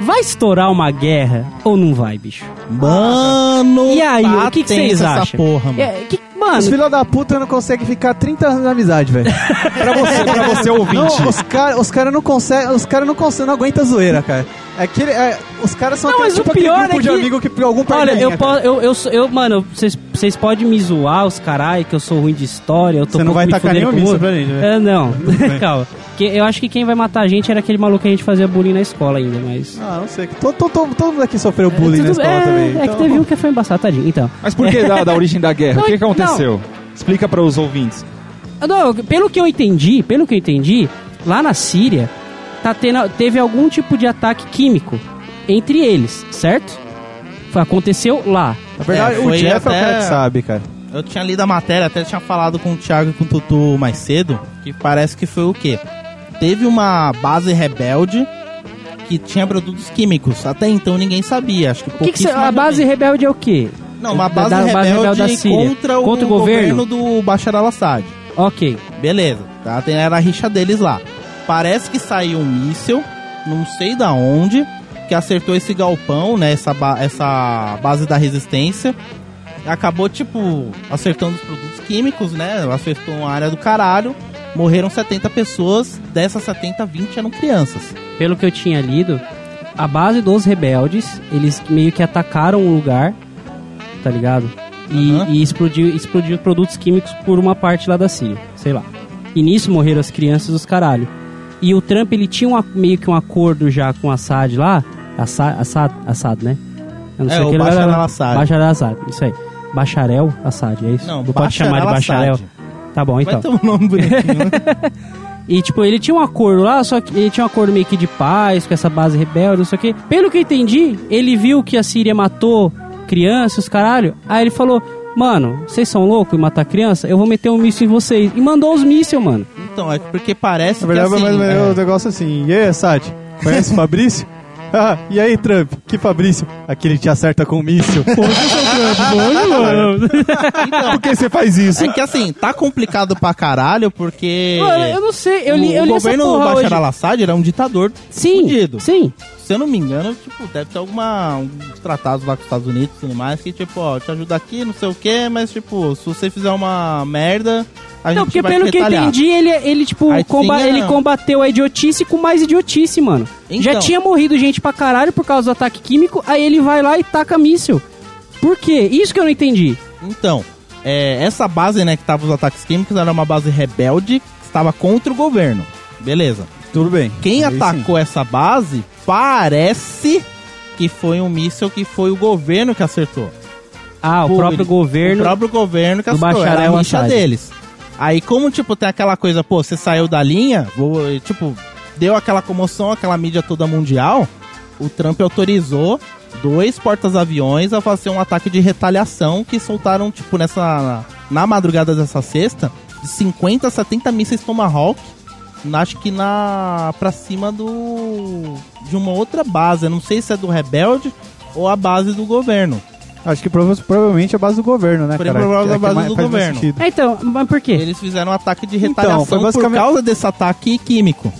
[SPEAKER 3] Vai estourar uma guerra ou não vai, bicho?
[SPEAKER 7] Mano,
[SPEAKER 3] E aí,
[SPEAKER 7] tá
[SPEAKER 3] o que que
[SPEAKER 7] tensa
[SPEAKER 3] vocês
[SPEAKER 7] essa
[SPEAKER 3] acham?
[SPEAKER 7] porra, mano.
[SPEAKER 3] É, que,
[SPEAKER 5] Os
[SPEAKER 3] mano,
[SPEAKER 5] filha da puta não conseguem ficar 30 anos na amizade, velho.
[SPEAKER 4] Pra você, pra você ouvinte.
[SPEAKER 5] Não, os caras os cara não conseguem, os caras não conseguem, não aguenta zoeira, cara. É aquele, é, os caras são
[SPEAKER 3] Não,
[SPEAKER 5] aquele,
[SPEAKER 3] mas o
[SPEAKER 5] tipo aquele
[SPEAKER 3] pior
[SPEAKER 5] grupo
[SPEAKER 3] é
[SPEAKER 5] de
[SPEAKER 3] que-
[SPEAKER 5] amigo que algum pai
[SPEAKER 3] olha,
[SPEAKER 5] ganha,
[SPEAKER 3] eu,
[SPEAKER 5] cara.
[SPEAKER 3] po- eu, eu, sou- eu mano, vocês- vocês podem me zoar, os caralho, que eu sou ruim de história, eu
[SPEAKER 5] Você
[SPEAKER 3] tô
[SPEAKER 5] não
[SPEAKER 3] pouco
[SPEAKER 5] vai
[SPEAKER 3] me
[SPEAKER 5] tacar
[SPEAKER 3] fudendo
[SPEAKER 5] nenhum
[SPEAKER 3] com o
[SPEAKER 5] míssil
[SPEAKER 3] outro.
[SPEAKER 5] pra gente, né?
[SPEAKER 3] É, não, calma. Que eu acho que quem vai matar a gente era aquele maluco que a gente fazia bullying na escola ainda, mas.
[SPEAKER 5] Ah, não sei. Todo, todo, todo, todo mundo aqui sofreu bullying na
[SPEAKER 3] Tudo-
[SPEAKER 5] escola
[SPEAKER 3] é,
[SPEAKER 5] também.
[SPEAKER 3] é que
[SPEAKER 5] então-
[SPEAKER 3] teve um que foi embaçado, tadinho. Então.
[SPEAKER 4] Mas por que da, da origem da guerra?
[SPEAKER 3] Não,
[SPEAKER 4] o que, que
[SPEAKER 3] não.
[SPEAKER 4] aconteceu? Explica para os ouvintes.
[SPEAKER 3] Não, pelo que eu entendi, pelo que eu entendi, lá na Síria tá tendo, teve algum tipo de ataque químico entre eles, certo? Foi- Aconteceu lá.
[SPEAKER 5] Na verdade,
[SPEAKER 7] É,
[SPEAKER 5] o
[SPEAKER 7] foi
[SPEAKER 5] Jeff é o
[SPEAKER 7] até-
[SPEAKER 5] cara que sabe, cara.
[SPEAKER 7] Eu tinha lido a matéria, até tinha falado com o Thiago e com o Tutu mais cedo, que parece que foi o quê? Teve uma base rebelde que tinha produtos químicos. Até então ninguém sabia, acho que
[SPEAKER 3] O que que cê-
[SPEAKER 7] pouquíssima
[SPEAKER 3] a base
[SPEAKER 7] gente.
[SPEAKER 3] rebelde é o quê?
[SPEAKER 7] Não, uma
[SPEAKER 3] da-
[SPEAKER 7] base,
[SPEAKER 3] da- base
[SPEAKER 7] rebelde,
[SPEAKER 3] rebelde da Síria.
[SPEAKER 7] contra,
[SPEAKER 3] Contra o
[SPEAKER 7] o
[SPEAKER 3] governo?
[SPEAKER 7] governo do Bashar al-Assad.
[SPEAKER 3] Ok.
[SPEAKER 7] Beleza, tá? Tem- Era a rixa deles lá. Parece que saiu um míssil, não sei da onde, que acertou esse galpão, né? Essa, ba- essa base da resistência. Acabou, tipo, acertando os produtos químicos, né? Acertou uma área do caralho. Morreram 70 pessoas, dessas 70, 20 eram crianças.
[SPEAKER 3] Pelo que eu tinha lido, a base dos rebeldes, eles meio que atacaram o lugar, tá ligado? e,
[SPEAKER 7] Aham.
[SPEAKER 3] e explodiu, explodiu produtos químicos por uma parte lá da Síria, sei lá. E nisso morreram as crianças e os caralho. E o Trump, ele tinha um a- meio que um acordo já com o Assad lá, Assad, Assad, Assad né? Eu
[SPEAKER 7] É, o
[SPEAKER 3] que ele-
[SPEAKER 7] Bashar al-Assad.
[SPEAKER 3] Bashar al-Assad, isso aí. Bacharel Assad, é isso?
[SPEAKER 7] Não,
[SPEAKER 3] pode chamar de
[SPEAKER 7] Bashar
[SPEAKER 3] Bacharel.
[SPEAKER 7] al-Assad.
[SPEAKER 3] Tá bom, então.
[SPEAKER 7] Vai ter um nome bonitinho, né?
[SPEAKER 3] E, tipo, ele tinha um acordo lá, só que ele tinha um acordo meio que de paz com essa base rebelde, não sei o quê. Pelo que eu entendi, ele viu que a Síria matou crianças, caralho. Aí ele falou, mano, vocês são loucos em matar criança? Eu vou meter um míssil em vocês. E mandou os mísseis, mano.
[SPEAKER 7] Então, é porque parece
[SPEAKER 5] Na verdade,
[SPEAKER 7] que assim...
[SPEAKER 5] mas, mas
[SPEAKER 7] é.
[SPEAKER 5] o negócio é assim. E aí, Sati? Conhece o Fabrício? Ah, e aí, Trump? Que Fabrício? Aquele que te acerta com o míssil.
[SPEAKER 4] Por que você faz isso?
[SPEAKER 7] É que assim, tá complicado pra caralho, porque...
[SPEAKER 3] Mano, eu não sei, eu li, eu li
[SPEAKER 7] o
[SPEAKER 3] essa
[SPEAKER 7] governo do
[SPEAKER 3] porra hoje.
[SPEAKER 7] Bashar al-Assad era um ditador
[SPEAKER 3] Sim,
[SPEAKER 7] fudido.
[SPEAKER 3] sim.
[SPEAKER 7] Se eu não me engano, tipo, deve ter alguma, uns tratados lá com os Estados Unidos e tudo mais, que tipo, ó, te ajuda aqui, não sei o quê, mas tipo, se você fizer uma merda, a
[SPEAKER 3] Não,
[SPEAKER 7] gente
[SPEAKER 3] porque
[SPEAKER 7] vai
[SPEAKER 3] pelo
[SPEAKER 7] te
[SPEAKER 3] que eu
[SPEAKER 7] retalhar.
[SPEAKER 3] entendi, ele, ele tipo,
[SPEAKER 7] Aí é
[SPEAKER 3] comba-
[SPEAKER 7] tinha-
[SPEAKER 3] ele combateu a idiotice com mais idiotice, mano. Já
[SPEAKER 7] Então.
[SPEAKER 3] tinha morrido gente pra caralho por causa do ataque químico, aí ele vai lá e taca míssil. Por quê? Isso que eu não entendi.
[SPEAKER 7] Então, é, essa base, né, que tava os ataques químicos, era uma base rebelde, que estava contra o governo. Beleza.
[SPEAKER 5] Tudo bem.
[SPEAKER 7] Quem
[SPEAKER 5] Aí sim.
[SPEAKER 7] atacou essa base, parece que foi um míssil que foi o governo que acertou.
[SPEAKER 3] Ah, o
[SPEAKER 7] Pô,
[SPEAKER 3] próprio
[SPEAKER 7] ele-
[SPEAKER 3] governo.
[SPEAKER 7] O próprio governo que
[SPEAKER 3] do
[SPEAKER 7] acertou,
[SPEAKER 3] Bashar
[SPEAKER 7] era a
[SPEAKER 3] al-Assad.
[SPEAKER 7] rixa deles. Aí como, tipo, tem aquela coisa, pô, você saiu da linha, vou, e, tipo, deu aquela comoção, aquela mídia toda mundial, o Trump autorizou dois portas-aviões a fazer um ataque de retaliação que soltaram, tipo, nessa... Na madrugada dessa sexta, de 50 a 70 mísseis Tomahawk, na- acho que na... pra cima do... de uma outra base, eu não sei se é do Rebelde ou a base do governo.
[SPEAKER 5] Acho que prova- provavelmente é a base do governo, né,
[SPEAKER 7] Por
[SPEAKER 5] cara?
[SPEAKER 7] exemplo, a
[SPEAKER 5] É que
[SPEAKER 7] base
[SPEAKER 5] mais-
[SPEAKER 7] do
[SPEAKER 5] faz mais
[SPEAKER 7] governo.
[SPEAKER 5] sentido.
[SPEAKER 3] É, então, mas por quê?
[SPEAKER 7] Eles fizeram um ataque de
[SPEAKER 5] Então,
[SPEAKER 7] retaliação
[SPEAKER 5] foi
[SPEAKER 7] por
[SPEAKER 5] basicamente-
[SPEAKER 7] causa desse ataque químico.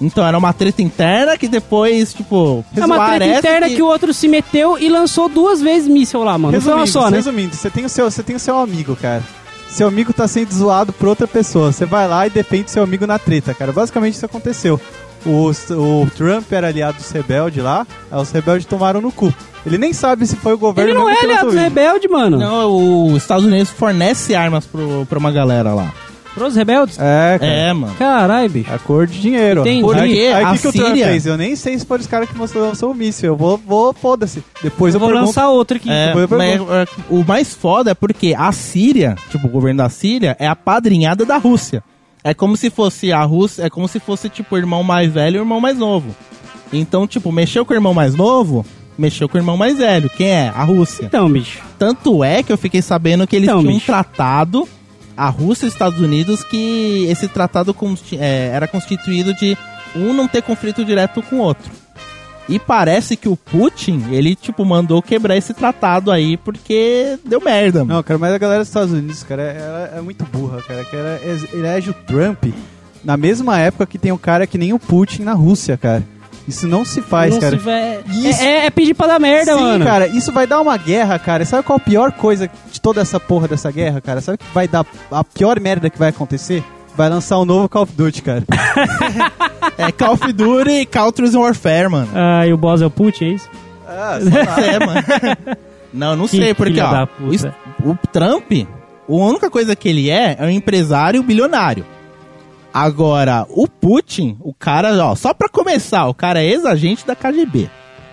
[SPEAKER 7] Então era uma treta interna que depois, tipo,
[SPEAKER 3] É uma treta
[SPEAKER 7] parece
[SPEAKER 3] interna que... o outro se meteu e lançou duas vezes míssil lá, mano. Não foi uma
[SPEAKER 5] Resumindo,
[SPEAKER 3] só, né?
[SPEAKER 5] resumindo, você tem o seu, você tem o seu amigo, cara. Seu amigo tá sendo zoado por outra pessoa. Você vai lá e defende seu amigo na treta, cara. Basicamente isso aconteceu. O, o Trump era aliado dos rebeldes lá, aí os rebeldes tomaram no cu. Ele nem sabe se foi o governo
[SPEAKER 3] Ele não
[SPEAKER 5] mesmo
[SPEAKER 3] é
[SPEAKER 5] que
[SPEAKER 3] aliado
[SPEAKER 5] lançou
[SPEAKER 3] dos
[SPEAKER 5] isso.
[SPEAKER 3] rebeldes, mano.
[SPEAKER 7] Não, os Estados Unidos fornece armas pro, pra uma galera lá.
[SPEAKER 3] Pros rebeldes?
[SPEAKER 5] É, cara.
[SPEAKER 7] É, mano.
[SPEAKER 3] Caralho, bicho.
[SPEAKER 5] É cor de dinheiro.
[SPEAKER 3] Entendi.
[SPEAKER 5] Aí,
[SPEAKER 7] Porque
[SPEAKER 5] aí,
[SPEAKER 7] a
[SPEAKER 5] que, que o Trump
[SPEAKER 7] Síria-
[SPEAKER 5] fez? Eu nem sei se foi os caras que mostrou- lançou o míssil. Eu vou, vou foda-se. Depois
[SPEAKER 3] Eu
[SPEAKER 5] eu,
[SPEAKER 3] vou
[SPEAKER 5] pergunto.
[SPEAKER 3] lançar outro aqui.
[SPEAKER 7] É,
[SPEAKER 5] Depois eu
[SPEAKER 7] mas, é, o mais foda é porque a Síria, tipo, o governo da Síria, é apadrinhada da Rússia. É como se fosse a Rússia, é como se fosse, tipo, o irmão mais velho e o irmão mais novo. Então, tipo, mexeu com o irmão mais novo, mexeu com o irmão mais velho. Quem é? A Rússia.
[SPEAKER 3] Então, bicho.
[SPEAKER 7] Tanto é que eu fiquei sabendo que eles
[SPEAKER 3] Então,
[SPEAKER 7] tinham
[SPEAKER 3] bicho.
[SPEAKER 7] um tratado, a Rússia e os Estados Unidos, que esse tratado consti- é, era constituído de um não ter conflito direto com o outro. E parece que o Putin, ele, tipo, mandou quebrar esse tratado aí porque deu merda, mano.
[SPEAKER 5] Não, cara, mas a galera dos Estados Unidos, cara, ela é muito burra, cara. Que ela ex- elege o Trump na mesma época que tem um cara que nem o Putin na Rússia, cara. Isso não se faz,
[SPEAKER 3] Não
[SPEAKER 5] cara.
[SPEAKER 3] se vai-
[SPEAKER 5] Isso.
[SPEAKER 3] É, é pedir pra dar merda,
[SPEAKER 5] Sim,
[SPEAKER 3] mano.
[SPEAKER 5] cara, isso vai dar uma guerra, cara. Sabe qual a pior coisa de toda essa porra dessa guerra, cara? Sabe o que vai dar a pior merda que vai acontecer? Vai lançar um novo Call of Duty, cara.
[SPEAKER 7] É Call of Duty e Countries Warfare, mano.
[SPEAKER 3] Ah, e o boss é o Putin, é isso?
[SPEAKER 5] ah,
[SPEAKER 7] É, mano. Não, não
[SPEAKER 3] Que
[SPEAKER 7] sei, porque,
[SPEAKER 3] filha
[SPEAKER 7] ó,
[SPEAKER 3] da
[SPEAKER 7] o, es-
[SPEAKER 3] puta.
[SPEAKER 7] o Trump, a única coisa que ele é, é um empresário bilionário. Agora, o Putin, o cara, ó, só pra começar, o cara é ex-agente da KGB.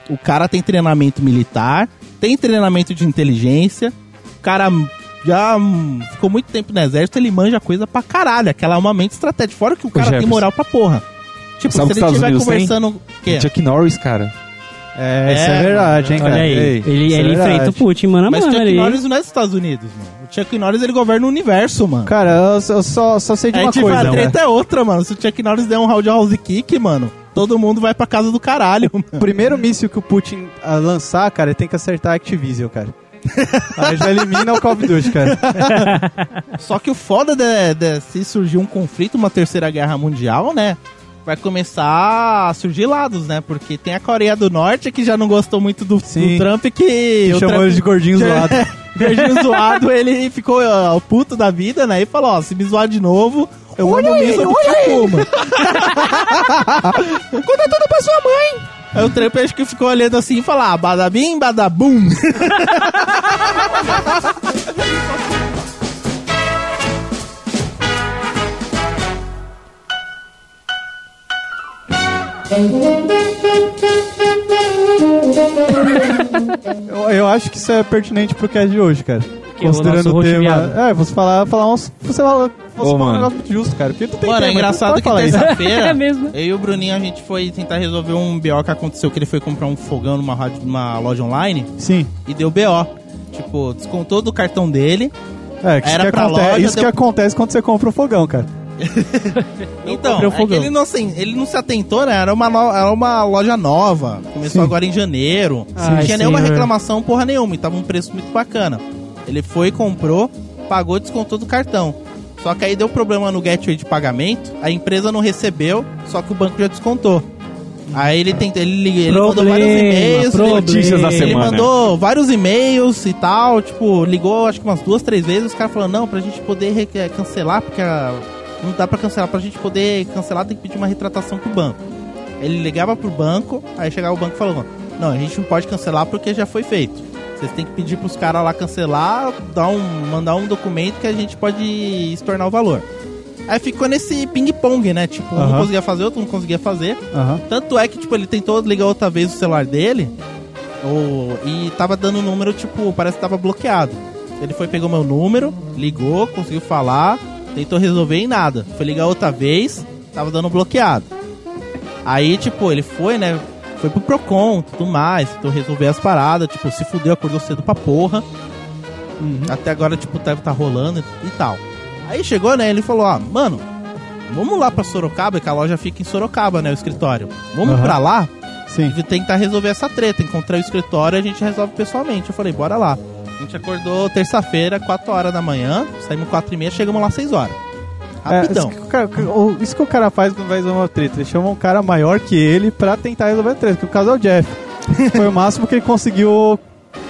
[SPEAKER 7] O cara tem treinamento militar, tem treinamento de inteligência, o cara já hum, ficou muito tempo no exército, ele manja coisa pra caralho, aquela é uma mente estratégica. Fora que o cara tem
[SPEAKER 4] Jefferson.
[SPEAKER 7] moral pra porra. Tipo,
[SPEAKER 4] Sabe o
[SPEAKER 7] se
[SPEAKER 4] que
[SPEAKER 7] ele
[SPEAKER 4] os Estados
[SPEAKER 7] estiver
[SPEAKER 4] Unidos têm?
[SPEAKER 7] conversando... O quê?
[SPEAKER 4] Chuck Norris, cara.
[SPEAKER 5] É, isso
[SPEAKER 7] É,
[SPEAKER 5] é verdade, hein, cara.
[SPEAKER 3] Olha aí.
[SPEAKER 4] Ei,
[SPEAKER 3] ele
[SPEAKER 5] isso é
[SPEAKER 3] ele
[SPEAKER 5] verdade.
[SPEAKER 3] enfrenta o Putin, mano.
[SPEAKER 5] Ah,
[SPEAKER 3] a
[SPEAKER 7] Mas
[SPEAKER 3] mano,
[SPEAKER 7] Chuck
[SPEAKER 3] ali.
[SPEAKER 7] Norris não é dos Estados Unidos, mano. O Chuck Norris ele governa o universo, mano.
[SPEAKER 5] Cara, eu só, eu só- só sei de
[SPEAKER 7] É
[SPEAKER 5] uma
[SPEAKER 7] tipo,
[SPEAKER 5] coisa. né?
[SPEAKER 7] a
[SPEAKER 5] cara.
[SPEAKER 7] treta é outra, mano. Se o Chuck Norris der um roundhouse kick, mano, todo mundo vai pra casa do caralho,
[SPEAKER 5] O
[SPEAKER 7] mano.
[SPEAKER 5] primeiro míssil que o Putin ah, lançar, cara, ele tem que acertar a Activision, cara. Aí já elimina o Call of Duty, cara.
[SPEAKER 7] Só que o foda de, de- se surgir um conflito, uma terceira guerra mundial, né? Vai começar a surgir lados, né? Porque tem a Coreia do Norte que já não gostou muito do, do
[SPEAKER 5] Sim.
[SPEAKER 7] Trump que.
[SPEAKER 5] E
[SPEAKER 7] o
[SPEAKER 5] chamou
[SPEAKER 7] Trump-
[SPEAKER 5] ele de gordinho zoado.
[SPEAKER 7] Gordinho zoado, ele ficou ó, o puto da vida, né? E falou, ó, se me zoar de novo, eu mando um míssil no teu cu, mano. Conta tudo pra sua mãe. Aí o Trump acho que ficou olhando assim e falou, ah, badabim, badabum.
[SPEAKER 5] Eu, eu acho que isso é pertinente pro cast de hoje, cara.
[SPEAKER 3] Que é o nosso roxo viado.
[SPEAKER 5] É, você falar, falar uns. Você fala. Você
[SPEAKER 4] Ô,
[SPEAKER 5] fala um
[SPEAKER 4] mano.
[SPEAKER 5] negócio muito justo, cara. Porque tu tem
[SPEAKER 7] Mano,
[SPEAKER 5] tema,
[SPEAKER 7] é
[SPEAKER 5] tu
[SPEAKER 7] engraçado
[SPEAKER 5] pode
[SPEAKER 7] que
[SPEAKER 5] falar isso.
[SPEAKER 7] terça-feira
[SPEAKER 3] É mesmo.
[SPEAKER 7] eu e o Bruninho a gente foi tentar resolver um BO que aconteceu, que ele foi comprar um fogão numa, rádio, numa loja online
[SPEAKER 5] Sim.
[SPEAKER 7] e deu BO. Tipo, descontou do cartão dele.
[SPEAKER 5] É, que isso,
[SPEAKER 7] Era
[SPEAKER 5] que,
[SPEAKER 7] pra
[SPEAKER 5] aconte-
[SPEAKER 7] loja,
[SPEAKER 5] isso que
[SPEAKER 7] deu-
[SPEAKER 5] acontece quando você compra um fogão, cara.
[SPEAKER 7] Então,
[SPEAKER 3] comprei o
[SPEAKER 7] é que
[SPEAKER 3] fogão.
[SPEAKER 7] ele, não, assim, ele não se atentou, né? Era uma, no- era uma loja nova. Começou agora em janeiro. não
[SPEAKER 3] Ai,
[SPEAKER 7] tinha nenhuma
[SPEAKER 3] senhor.
[SPEAKER 7] reclamação, porra nenhuma. E tava um preço muito bacana. Ele foi, comprou, pagou, descontou do cartão. Só que aí deu problema no gateway de pagamento. A empresa não recebeu, só que o banco já descontou. Aí ele tentou, ele, lig- ele mandou
[SPEAKER 3] Problema,
[SPEAKER 7] vários e-mails. ele-
[SPEAKER 4] Notícias da
[SPEAKER 7] ele
[SPEAKER 4] semana.
[SPEAKER 7] mandou vários e-mails e tal, tipo, ligou acho que umas duas, três vezes, os caras falaram, não, pra gente poder re- eh, cancelar, porque a- não dá pra cancelar, pra gente poder cancelar tem que pedir uma retratação pro banco. Ele ligava pro banco, aí chegava o banco e falava, não, a gente não pode cancelar porque já foi feito. Vocês têm que pedir pros caras lá cancelar, dar um, mandar um documento que a gente pode estornar o valor. Aí ficou nesse ping-pong, né? Tipo, um não
[SPEAKER 5] Aham.
[SPEAKER 7] conseguia fazer, outro não conseguia fazer.
[SPEAKER 5] Aham.
[SPEAKER 7] Tanto é que, tipo, ele tentou ligar outra vez o celular dele ou, e tava dando um número, tipo, parece que tava bloqueado. Ele foi, pegou meu número, ligou, conseguiu falar, tentou resolver e nada. Foi ligar outra vez, tava dando bloqueado. Aí, tipo, ele foi, né? Foi pro Procon, tudo mais, tentou resolver as paradas, tipo, se fudeu, acordou cedo pra porra. Até agora, tipo, deve tá rolando e e tal. Aí chegou, né? Ele falou, ó, mano, vamos lá pra Sorocaba, que a loja fica em Sorocaba, né? O escritório. Vamos
[SPEAKER 5] Aham.
[SPEAKER 7] pra lá
[SPEAKER 5] Sim.
[SPEAKER 7] e tentar tá resolver essa treta. Encontrar o escritório e a gente resolve pessoalmente. Eu falei, bora lá. A gente acordou terça-feira, 4 horas da manhã, saímos 4 e meia, chegamos lá 6 horas.
[SPEAKER 5] É, isso,
[SPEAKER 7] Rapidão.
[SPEAKER 5] que o cara, o- isso que o cara faz quando vai resolver uma treta. Ele chama um cara maior que ele pra tentar resolver a treta, que o caso é o Jeff. Foi o máximo que ele conseguiu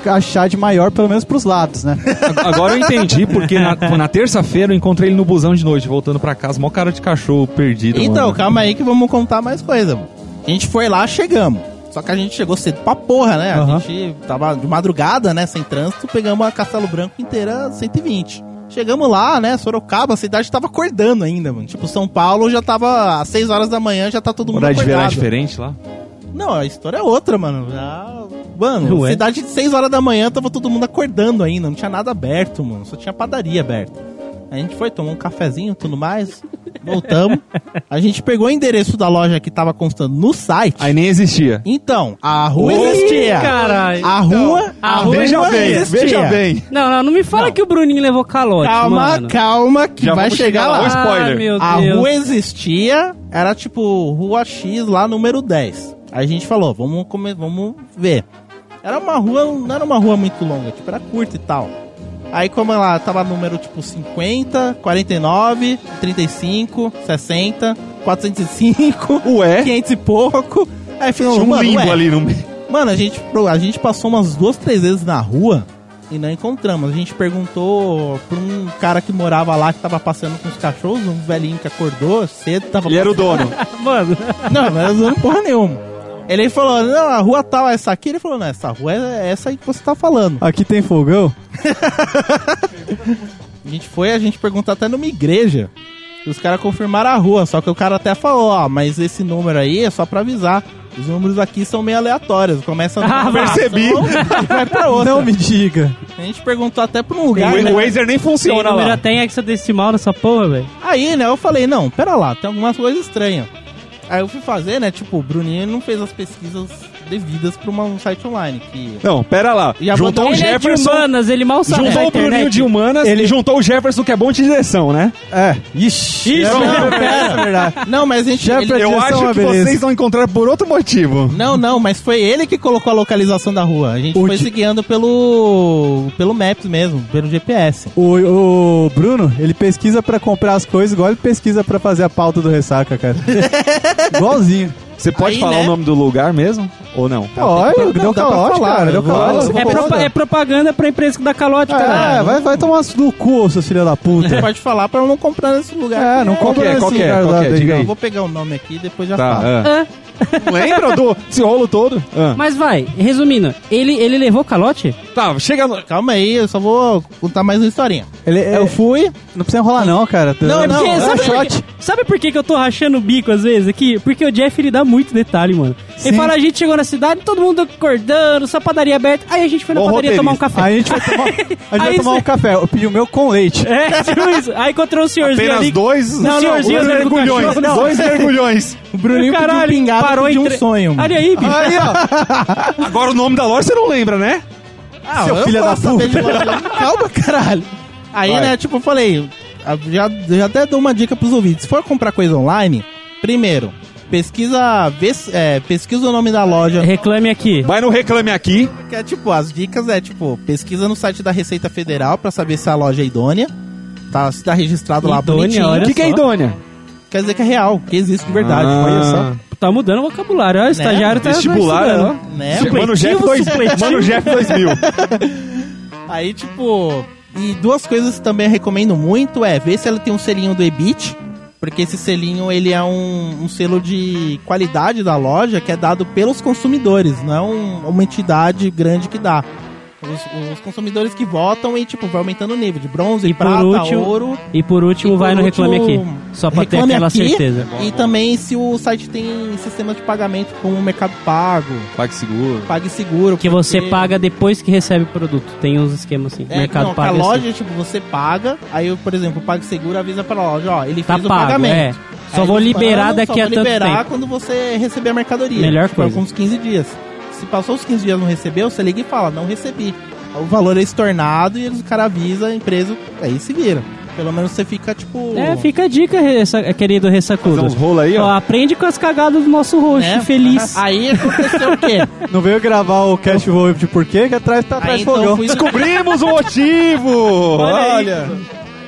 [SPEAKER 5] achar de maior, pelo menos pros lados, né?
[SPEAKER 4] Agora eu entendi, porque na, na terça-feira eu encontrei ele no busão de noite, voltando pra casa, mó cara de cachorro perdido.
[SPEAKER 7] Então,
[SPEAKER 4] mano.
[SPEAKER 7] calma aí que vamos contar mais coisa. mano. A gente foi lá, chegamos. Só que a gente chegou cedo pra porra, né? A
[SPEAKER 5] Aham.
[SPEAKER 7] gente tava de madrugada, né? Sem trânsito, pegamos a Castelo Branco inteira 120. Chegamos lá, né? Sorocaba, a cidade tava acordando ainda, mano. Tipo, São Paulo já tava às 6 horas da manhã, já tá todo mundo
[SPEAKER 4] Horário de verão é
[SPEAKER 7] acordado.
[SPEAKER 4] diferente lá.
[SPEAKER 7] Não, a história é outra, mano. Ah, mano,
[SPEAKER 3] Ué.
[SPEAKER 7] cidade de 6 horas da manhã, tava todo mundo acordando ainda. Não tinha nada aberto, mano. Só tinha padaria aberta. A gente foi, tomou um cafezinho, tudo mais. Voltamos. A gente pegou o endereço da loja que tava constando no site.
[SPEAKER 4] Aí nem existia.
[SPEAKER 7] Então, a rua
[SPEAKER 4] Oi,
[SPEAKER 7] existia.
[SPEAKER 3] caralho.
[SPEAKER 7] Então,
[SPEAKER 5] Ah,
[SPEAKER 7] A rua,
[SPEAKER 3] a rua
[SPEAKER 7] existia.
[SPEAKER 4] bem.
[SPEAKER 3] Não, não, não me fala que o Bruninho levou calote,
[SPEAKER 7] Calma,
[SPEAKER 3] mano.
[SPEAKER 7] calma, que
[SPEAKER 4] Já
[SPEAKER 7] vai
[SPEAKER 4] vamos
[SPEAKER 7] chegar
[SPEAKER 4] chegar
[SPEAKER 7] lá.
[SPEAKER 5] um
[SPEAKER 4] lá.
[SPEAKER 3] Ah,
[SPEAKER 4] spoiler.
[SPEAKER 3] meu
[SPEAKER 7] A
[SPEAKER 3] Deus.
[SPEAKER 7] rua existia, era tipo Rua X lá, número 10. Aí a gente falou, vamos, come- vamos ver. Era uma rua, não era uma rua muito longa, tipo, era curta e tal. Aí como ela tava número tipo 50, 49, 35, 60, 405,
[SPEAKER 4] Ué?
[SPEAKER 7] 500 e pouco. Aí falou,
[SPEAKER 4] Tinha um
[SPEAKER 7] mano,
[SPEAKER 4] limbo
[SPEAKER 7] ué,
[SPEAKER 4] ali no meio.
[SPEAKER 7] Mano, a gente, a gente passou umas duas, três vezes na rua e não encontramos. A gente perguntou pra um cara que morava lá, que tava passeando com os cachorros, um velhinho que acordou cedo, tava
[SPEAKER 4] Ele era o dono.
[SPEAKER 3] Mano,
[SPEAKER 7] Não, não era zoando porra nenhuma. Ele falou, não, a rua tal é essa aqui. Ele falou, não, essa rua é essa aí que você tá falando.
[SPEAKER 5] Aqui tem fogão.
[SPEAKER 7] A gente foi, a gente perguntou até numa igreja. E os caras confirmaram a rua, só que o cara até falou, ó, mas esse número aí é só pra avisar. Os números aqui são meio aleatórios. Começa numa
[SPEAKER 4] percebi.
[SPEAKER 7] e vai pra outra.
[SPEAKER 5] Ah, Não me diga.
[SPEAKER 7] A gente perguntou até pra um
[SPEAKER 4] O,
[SPEAKER 7] lugar. né?
[SPEAKER 4] o Wazer nem
[SPEAKER 3] tem
[SPEAKER 4] funciona
[SPEAKER 3] número
[SPEAKER 4] lá.
[SPEAKER 3] até em hexadecimal nessa porra, velho.
[SPEAKER 7] Aí, né, eu falei, não, pera lá, tem algumas coisas estranhas. Aí eu fui fazer, né, tipo, o Bruninho ele não fez as pesquisas devidas pra uma- um site online, que...
[SPEAKER 4] Não, pera lá.
[SPEAKER 7] E a
[SPEAKER 4] juntou
[SPEAKER 7] banda-
[SPEAKER 4] o
[SPEAKER 3] Ele é de
[SPEAKER 4] Jefferson.
[SPEAKER 3] humanas, ele mal sabe.
[SPEAKER 4] juntou
[SPEAKER 3] da
[SPEAKER 4] o
[SPEAKER 3] internet.
[SPEAKER 4] Bruninho de humanas. É Ele juntou o Jefferson, que é bom de direção, né?
[SPEAKER 5] É. Ixi.
[SPEAKER 4] Isso,
[SPEAKER 7] Não,
[SPEAKER 5] É
[SPEAKER 7] pera.
[SPEAKER 5] verdade.
[SPEAKER 7] Não, mas a gente...
[SPEAKER 5] Já
[SPEAKER 7] ele-
[SPEAKER 5] pra-
[SPEAKER 4] Eu
[SPEAKER 5] direção é uma
[SPEAKER 4] acho que
[SPEAKER 5] beleza.
[SPEAKER 4] vocês vão encontrar por outro motivo.
[SPEAKER 7] Não, não, mas foi ele que colocou a localização da rua. A gente
[SPEAKER 5] O
[SPEAKER 7] foi
[SPEAKER 5] di-
[SPEAKER 7] se guiando pelo... pelo Maps mesmo, pelo GPS.
[SPEAKER 5] O, o Bruno, ele pesquisa pra comprar as coisas, igual ele pesquisa pra fazer a pauta do Ressaca, cara. Igualzinho.
[SPEAKER 4] Você pode
[SPEAKER 7] Aí,
[SPEAKER 4] falar
[SPEAKER 7] né?
[SPEAKER 4] o nome do lugar mesmo? Ou não?
[SPEAKER 5] Olha,
[SPEAKER 7] não,
[SPEAKER 5] deu
[SPEAKER 7] dá pra
[SPEAKER 5] calote,
[SPEAKER 7] falar,
[SPEAKER 5] cara.
[SPEAKER 7] eu
[SPEAKER 5] Deu
[SPEAKER 7] vou-
[SPEAKER 5] calote.
[SPEAKER 3] É, propa- é propaganda pra empresa que dá calote, cara.
[SPEAKER 5] É, vai, vai tomar no cu, ô, seu filho da
[SPEAKER 7] Você
[SPEAKER 5] puta.
[SPEAKER 7] pode falar pra eu não comprar nesse lugar.
[SPEAKER 5] É, não
[SPEAKER 4] Qual que
[SPEAKER 5] compra
[SPEAKER 4] é?
[SPEAKER 5] nesse
[SPEAKER 4] Qual que é?
[SPEAKER 5] lugar
[SPEAKER 4] Qual
[SPEAKER 5] lá
[SPEAKER 4] que é?
[SPEAKER 5] daí,
[SPEAKER 4] Diga
[SPEAKER 5] não.
[SPEAKER 4] aí.
[SPEAKER 7] Eu vou pegar o nome aqui e depois já falo.
[SPEAKER 5] é.
[SPEAKER 4] Tá. ah. Lembra do esse rolo todo? Ah.
[SPEAKER 3] Mas vai, resumindo, ele, ele levou calote?
[SPEAKER 4] Tá, chega no...
[SPEAKER 7] Calma aí, eu só vou contar mais uma historinha.
[SPEAKER 5] Ele, é,
[SPEAKER 7] Eu fui.
[SPEAKER 5] Não precisa enrolar, não, cara.
[SPEAKER 7] Não,
[SPEAKER 5] é
[SPEAKER 7] não,
[SPEAKER 5] porque-
[SPEAKER 7] é
[SPEAKER 5] é
[SPEAKER 3] sabe, por
[SPEAKER 5] shot.
[SPEAKER 3] quê? sabe por que, que eu tô rachando o bico às vezes aqui? Porque o Jeff ele dá muito detalhe, mano.
[SPEAKER 5] Sim.
[SPEAKER 3] Ele fala: a gente chegou na cidade, todo mundo acordando, só padaria aberta. Aí a gente foi na
[SPEAKER 2] Bom
[SPEAKER 3] padaria tomar um café.
[SPEAKER 5] Aí a gente vai tomar, a gente vai
[SPEAKER 3] Aí
[SPEAKER 5] tomar um
[SPEAKER 3] cê-
[SPEAKER 5] café. Eu pedi o meu com leite.
[SPEAKER 3] É, tipo isso. Aí encontrou o senhorzinho
[SPEAKER 2] Apenas
[SPEAKER 3] ali.
[SPEAKER 2] dois,
[SPEAKER 3] Não, não,
[SPEAKER 2] dois
[SPEAKER 3] senhorzinho,
[SPEAKER 4] tá
[SPEAKER 3] né, do
[SPEAKER 2] mergulhões.
[SPEAKER 3] cachorro, não.
[SPEAKER 2] Dois mergulhões.
[SPEAKER 7] O Bruninho pediu um
[SPEAKER 3] Caralho,
[SPEAKER 7] pingado
[SPEAKER 3] parou
[SPEAKER 7] pediu
[SPEAKER 3] em
[SPEAKER 7] um
[SPEAKER 3] tre-
[SPEAKER 7] sonho. mano.
[SPEAKER 3] Olha aí, bicho.
[SPEAKER 5] Aí, ó.
[SPEAKER 2] Agora o nome da loja você não lembra, né?
[SPEAKER 7] Ah,
[SPEAKER 5] Seu
[SPEAKER 7] eu
[SPEAKER 5] filho
[SPEAKER 7] posso
[SPEAKER 5] da
[SPEAKER 7] saber de loja. Calma, caralho. Aí,
[SPEAKER 2] Vai.
[SPEAKER 7] né, tipo, eu falei, a- já, já até dou uma dica pros ouvintes. Se for comprar coisa online, primeiro, pesquisa, vê se- é, pesquisa o nome da loja.
[SPEAKER 3] Reclame aqui.
[SPEAKER 2] Vai no Reclame Aqui.
[SPEAKER 7] Que é, tipo, as dicas é, tipo, pesquisa no site da Receita Federal pra saber se a loja é idônea. Tá, se tá registrado lá
[SPEAKER 3] Idônea,
[SPEAKER 7] bonitinho.
[SPEAKER 3] olha.
[SPEAKER 4] O que, que é
[SPEAKER 3] só.
[SPEAKER 4] idônea?
[SPEAKER 7] Quer dizer que é real, que existe de verdade. Olha só.
[SPEAKER 3] Tá mudando o vocabulário. Ó, o estagiário tá
[SPEAKER 2] Vestibular,
[SPEAKER 3] tá estudando.
[SPEAKER 2] ó.
[SPEAKER 7] Né?
[SPEAKER 2] Mano Jeff,
[SPEAKER 3] Supletivo,
[SPEAKER 2] dois,
[SPEAKER 3] supletivo.
[SPEAKER 2] Mano Jeff 2000.
[SPEAKER 7] Aí, tipo. E duas coisas que também eu recomendo muito é ver se ela tem um selinho do Ebit. Porque esse selinho ele é um, um selo de qualidade da loja que é dado pelos consumidores, não é um- uma entidade grande que dá. Os, os consumidores que votam e tipo, vai aumentando o nível de bronze,
[SPEAKER 3] E por
[SPEAKER 7] prata,
[SPEAKER 3] último,
[SPEAKER 7] ouro.
[SPEAKER 3] E por último,
[SPEAKER 7] E por
[SPEAKER 3] vai no
[SPEAKER 7] último,
[SPEAKER 3] Reclame Aqui. Só pra ter
[SPEAKER 7] Reclame
[SPEAKER 3] aquela
[SPEAKER 7] Aqui
[SPEAKER 3] certeza.
[SPEAKER 7] E também se o site tem sistema de pagamento como o Mercado Pago,
[SPEAKER 4] Pague seguro.
[SPEAKER 7] PagSeguro.
[SPEAKER 3] Que você
[SPEAKER 7] porque-
[SPEAKER 3] paga depois que recebe o produto. Tem uns esquemas assim.
[SPEAKER 7] É,
[SPEAKER 3] mercado
[SPEAKER 7] não,
[SPEAKER 3] paga.
[SPEAKER 7] A
[SPEAKER 3] assim.
[SPEAKER 7] loja, tipo, você paga, aí, eu, por exemplo, o PagSeguro avisa pra loja, ó, ele
[SPEAKER 3] Tá
[SPEAKER 7] fez o
[SPEAKER 3] pago,
[SPEAKER 7] pagamento.
[SPEAKER 3] é. Só
[SPEAKER 7] Aí
[SPEAKER 3] vou
[SPEAKER 7] eles
[SPEAKER 3] liberar
[SPEAKER 7] param,
[SPEAKER 3] daqui
[SPEAKER 7] só
[SPEAKER 3] a
[SPEAKER 7] vou
[SPEAKER 3] tanto
[SPEAKER 7] liberar
[SPEAKER 3] tempo.
[SPEAKER 7] quando você receber a mercadoria.
[SPEAKER 3] Melhor
[SPEAKER 7] tipo, é
[SPEAKER 3] coisa.
[SPEAKER 7] Com uns 15 dias. Se passou os 15 dias e não recebeu, você liga e fala, não recebi. O valor é estornado e eles- o cara avisa a empresa, aí se vira. Pelo menos você fica, tipo...
[SPEAKER 3] É, fica a dica, ressa- querido
[SPEAKER 2] Fazer um
[SPEAKER 3] Ressacudo.
[SPEAKER 2] uns rolos aí,
[SPEAKER 3] Ó,
[SPEAKER 2] ó.
[SPEAKER 3] aprende com as cagadas do nosso roxo,
[SPEAKER 7] né?
[SPEAKER 3] um feliz.
[SPEAKER 7] Aí aconteceu o quê?
[SPEAKER 5] Não veio gravar o Cash Roll de porquê, que atrás tá atrás
[SPEAKER 7] aí então,
[SPEAKER 5] de fogão.
[SPEAKER 7] fui-
[SPEAKER 2] Descobrimos o motivo!
[SPEAKER 3] Olha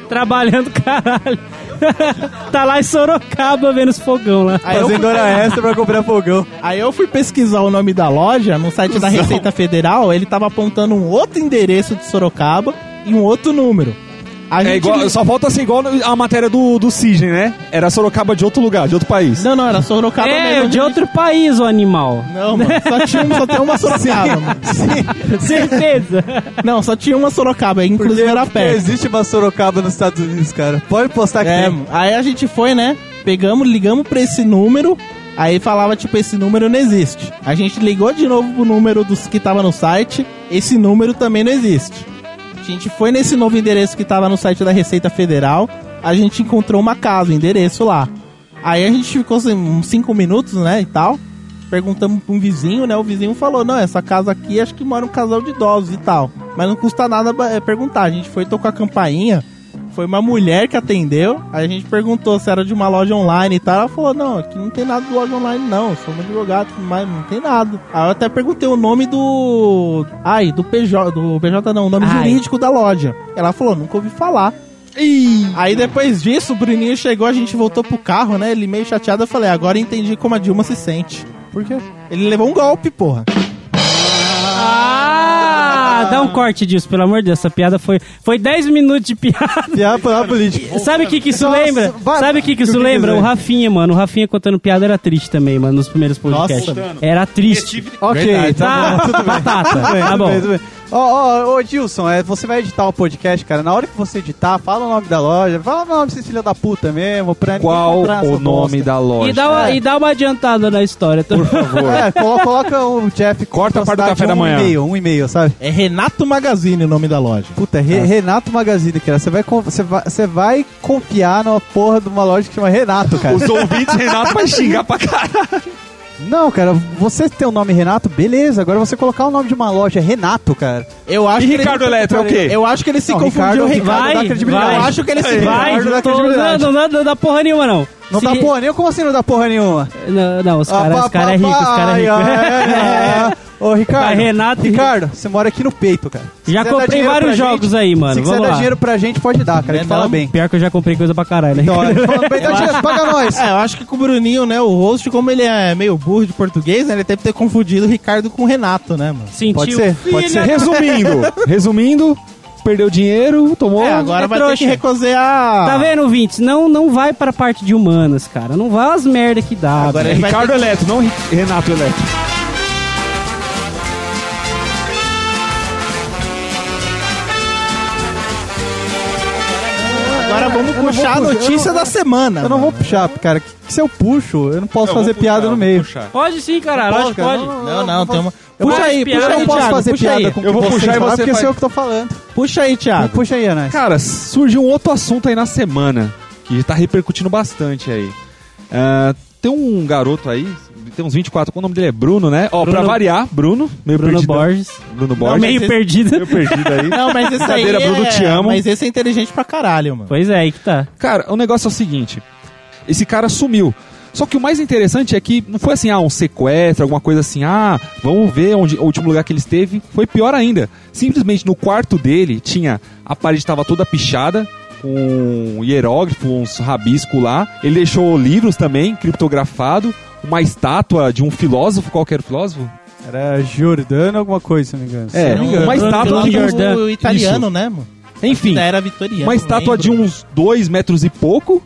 [SPEAKER 3] Trabalhando, caralho. tá lá em Sorocaba vendo os fogão lá.
[SPEAKER 7] aí eu
[SPEAKER 5] Fazendo
[SPEAKER 7] fui-
[SPEAKER 5] hora extra pra comprar fogão.
[SPEAKER 7] Aí eu fui pesquisar o nome da loja no site da Receita Federal, ele tava apontando um outro endereço de Sorocaba e um outro número. A
[SPEAKER 2] É
[SPEAKER 7] gente
[SPEAKER 2] igual,
[SPEAKER 7] li-
[SPEAKER 2] só falta ser igual a matéria do, do Sidney, né? Era Sorocaba de outro lugar, de outro país.
[SPEAKER 7] Não, não, era
[SPEAKER 5] Ah,
[SPEAKER 7] Sorocaba
[SPEAKER 3] É,
[SPEAKER 7] mesmo.
[SPEAKER 3] de outro país, o animal.
[SPEAKER 7] Não, mano, só tinha uma, só tem uma Sorocaba. ah, mano.
[SPEAKER 3] Certeza.
[SPEAKER 7] Não, só tinha uma Sorocaba, inclusive
[SPEAKER 2] é
[SPEAKER 7] era
[SPEAKER 5] Porque
[SPEAKER 7] perto.
[SPEAKER 5] existe uma Sorocaba nos Estados Unidos, cara. Pode postar que
[SPEAKER 7] É,
[SPEAKER 5] tem.
[SPEAKER 7] aí a gente foi, né? Pegamos, ligamos pra esse número. Aí falava, tipo, esse número não existe. A gente ligou de novo pro número dos que tava no site. Esse número também não existe. A gente foi nesse novo endereço que tava no site da Receita Federal. A gente encontrou uma casa, o endereço lá. Aí a gente ficou assim, uns 5 minutos, né, e tal. Perguntamos pra um vizinho, né? O vizinho falou: Não, essa casa aqui acho que mora um casal de idosos e tal. Mas não custa nada eh, perguntar. A gente foi tocar a campainha. Foi uma mulher que atendeu. Aí a gente perguntou se era de uma loja online e tal. Ela falou: Não, aqui não tem nada de loja online, não. Eu sou um advogado, mas não tem nada. Aí eu até perguntei o nome do. Ai, do PJ. Do PJ não, o nome
[SPEAKER 3] Ai.
[SPEAKER 7] jurídico da loja. Ela falou: Nunca ouvi falar. Aí depois disso, o Bruninho chegou, a gente voltou pro carro, né? Ele meio chateado, eu falei, agora eu entendi como a Dilma se sente.
[SPEAKER 5] Por quê?
[SPEAKER 7] Ele levou um golpe, porra.
[SPEAKER 3] Ah, dá um corte disso, pelo amor de Deus. Essa piada foi, foi 10 minutos de piada.
[SPEAKER 5] E a, a política.
[SPEAKER 3] Sabe o que, que isso
[SPEAKER 5] Nossa,
[SPEAKER 3] lembra?
[SPEAKER 5] vai-
[SPEAKER 3] Sabe o que, que isso
[SPEAKER 5] o que
[SPEAKER 3] lembra? Um
[SPEAKER 5] quiser.
[SPEAKER 3] O Rafinha, mano. O Rafinha contando piada era triste também, mano, nos primeiros podcasts. Era triste.
[SPEAKER 5] Ok,
[SPEAKER 7] Verdade,
[SPEAKER 5] tá bom, tudo bem.
[SPEAKER 3] Batata.
[SPEAKER 5] Tudo bem,
[SPEAKER 3] tá
[SPEAKER 5] tudo
[SPEAKER 3] bom.
[SPEAKER 5] bem, tudo bem. Ó, ó, ô Dilson, é, você vai editar o podcast, cara. Na hora que você editar, fala o nome da loja, fala o nome desses filha da puta mesmo, pra ninguém
[SPEAKER 4] Qual
[SPEAKER 5] é comprar essa
[SPEAKER 4] o nome
[SPEAKER 5] bosta.
[SPEAKER 4] da
[SPEAKER 3] E
[SPEAKER 4] loja?
[SPEAKER 3] dá, uma, e dá uma adiantada na história. Por favor.
[SPEAKER 5] É, colo- coloca o Jeff. com
[SPEAKER 4] Corta a parte do
[SPEAKER 5] velocidade
[SPEAKER 4] café da manhã.
[SPEAKER 5] Um e-mail, um e-mail, sabe?
[SPEAKER 7] É Renato Magazine o nome da loja.
[SPEAKER 5] Puta, Re-
[SPEAKER 4] É.
[SPEAKER 5] Renato Magazine, cara. Você vai, con- você, vai, você vai confiar numa porra de uma loja que chama Renato, cara.
[SPEAKER 2] Os ouvintes, Renato vai xingar pra caralho.
[SPEAKER 5] Não, cara, você tem o nome Renato, beleza. Agora você colocar o nome de uma loja Renato, cara.
[SPEAKER 7] Eu acho
[SPEAKER 2] E
[SPEAKER 7] que ele-
[SPEAKER 2] Ricardo Eletro
[SPEAKER 3] Então,
[SPEAKER 2] é o quê?
[SPEAKER 7] Eu acho que ele se
[SPEAKER 5] Não,
[SPEAKER 7] confundiu.
[SPEAKER 5] Ricardo-
[SPEAKER 7] Ricardo,
[SPEAKER 3] Vai,
[SPEAKER 5] dá credibilidade.
[SPEAKER 3] vai.
[SPEAKER 7] Eu acho que ele se
[SPEAKER 3] Vai,
[SPEAKER 5] Ricardo dá
[SPEAKER 3] tô- não,
[SPEAKER 5] é credibilidade.
[SPEAKER 3] não, dá- não dá porra nenhuma, não.
[SPEAKER 5] Não
[SPEAKER 3] Se-
[SPEAKER 5] dá porra Ah, nenhuma? Como assim não dá porra nenhuma?
[SPEAKER 3] Não, não, os caras cara é rico, os caras é rico.
[SPEAKER 5] rico. Ô, Ricardo.
[SPEAKER 3] Vai, Renato e-
[SPEAKER 5] Ricardo, você mora aqui no peito, cara. Se
[SPEAKER 3] Já
[SPEAKER 5] quiser dar
[SPEAKER 3] comprei
[SPEAKER 5] dinheiro
[SPEAKER 3] vários
[SPEAKER 5] pra
[SPEAKER 3] jogos
[SPEAKER 5] gente-
[SPEAKER 3] aí, mano.
[SPEAKER 5] Se quiser
[SPEAKER 3] Vamos
[SPEAKER 5] dar
[SPEAKER 3] lá.
[SPEAKER 5] dinheiro pra gente, pode dar, cara. A gente
[SPEAKER 7] Não é
[SPEAKER 5] fala
[SPEAKER 7] não?
[SPEAKER 5] bem.
[SPEAKER 3] Pior que eu já comprei coisa pra caralho. né?
[SPEAKER 5] Então, olha, falando bem, dá dinheiro, paga nós.
[SPEAKER 7] É, eu acho que com o Bruninho, né, o host, como ele é meio burro de português, né, ele deve ter confundido o Ricardo com o Renato, né, mano?
[SPEAKER 3] Sentiu.
[SPEAKER 5] Pode ser, pode
[SPEAKER 3] Filha
[SPEAKER 5] ser.
[SPEAKER 4] Resumindo, resumindo, perdeu dinheiro, tomou.
[SPEAKER 7] É, agora vai ter
[SPEAKER 3] trouxa.
[SPEAKER 7] que recozer
[SPEAKER 5] Ah.
[SPEAKER 7] a...
[SPEAKER 3] Tá vendo, ouvintes? Não, não vai pra parte de humanas, cara. Não vai as merda que dá.
[SPEAKER 7] Agora
[SPEAKER 5] é-
[SPEAKER 3] velho.
[SPEAKER 7] ele vai ter
[SPEAKER 2] Ricardo Eletro, não Ri- Renato Eletro.
[SPEAKER 5] eu não vou
[SPEAKER 7] puxar a
[SPEAKER 5] fazer, eu
[SPEAKER 7] notícia da semana.
[SPEAKER 5] Eu não vou puxar, cara. Que, que se eu puxo, eu não posso fazer piada no meio.
[SPEAKER 3] Pode sim, cara.
[SPEAKER 5] Pode,
[SPEAKER 3] Lógico,
[SPEAKER 5] cara,
[SPEAKER 3] pode.
[SPEAKER 5] não,
[SPEAKER 7] Não, não, tem uma.
[SPEAKER 3] Puxa aí,
[SPEAKER 5] Eu
[SPEAKER 3] puxa
[SPEAKER 5] não
[SPEAKER 3] aí,
[SPEAKER 5] posso
[SPEAKER 7] Thiago,
[SPEAKER 5] fazer
[SPEAKER 7] puxa
[SPEAKER 5] piada
[SPEAKER 7] aí.
[SPEAKER 5] com o
[SPEAKER 4] Eu vou
[SPEAKER 5] vocês
[SPEAKER 4] puxar e
[SPEAKER 5] falam,
[SPEAKER 4] você
[SPEAKER 5] porque
[SPEAKER 4] faz.
[SPEAKER 5] sou eu que tô falando.
[SPEAKER 7] Puxa aí, Thiago.
[SPEAKER 5] Puxa aí, Anais.
[SPEAKER 4] Cara, surgiu um outro assunto aí na semana que tá repercutindo bastante aí. Ah, tem um garoto aí, tem uns 24, o nome dele é Bruno, né? Ó, pra
[SPEAKER 3] Bruno-
[SPEAKER 4] variar, Bruno, meio
[SPEAKER 3] Bruno
[SPEAKER 4] perdido.
[SPEAKER 3] Borges.
[SPEAKER 4] Bruno
[SPEAKER 3] Não,
[SPEAKER 4] Borges.
[SPEAKER 3] meio
[SPEAKER 7] Esse-
[SPEAKER 3] perdido.
[SPEAKER 4] meio perdido aí.
[SPEAKER 7] Não, mas esse aí.
[SPEAKER 4] Brincadeira, Bruno,
[SPEAKER 7] é...
[SPEAKER 4] te amo.
[SPEAKER 7] Mas esse é inteligente pra caralho, mano.
[SPEAKER 3] Pois é, aí que tá.
[SPEAKER 4] Cara, o negócio é o seguinte: esse cara sumiu. Só que o mais interessante é que não foi assim, ah, um sequestro, alguma coisa assim, ah, vamos ver onde o último lugar que ele esteve. Foi pior ainda. Simplesmente no quarto dele tinha. A parede estava toda pichada, com um hierógrafo, uns rabisco lá. Ele deixou livros também, criptografado, uma estátua de um filósofo, qualquer filósofo?
[SPEAKER 5] Era Giordano alguma coisa, se não me engano. Se
[SPEAKER 4] É,
[SPEAKER 5] não me engano.
[SPEAKER 4] uma
[SPEAKER 3] Bruno
[SPEAKER 4] estátua de
[SPEAKER 3] Giordano.
[SPEAKER 4] um.
[SPEAKER 3] Jordan.
[SPEAKER 7] O italiano, né, mano?
[SPEAKER 4] Enfim.
[SPEAKER 7] Da era vitoriana.
[SPEAKER 4] Uma estátua de um uns dois metros e pouco,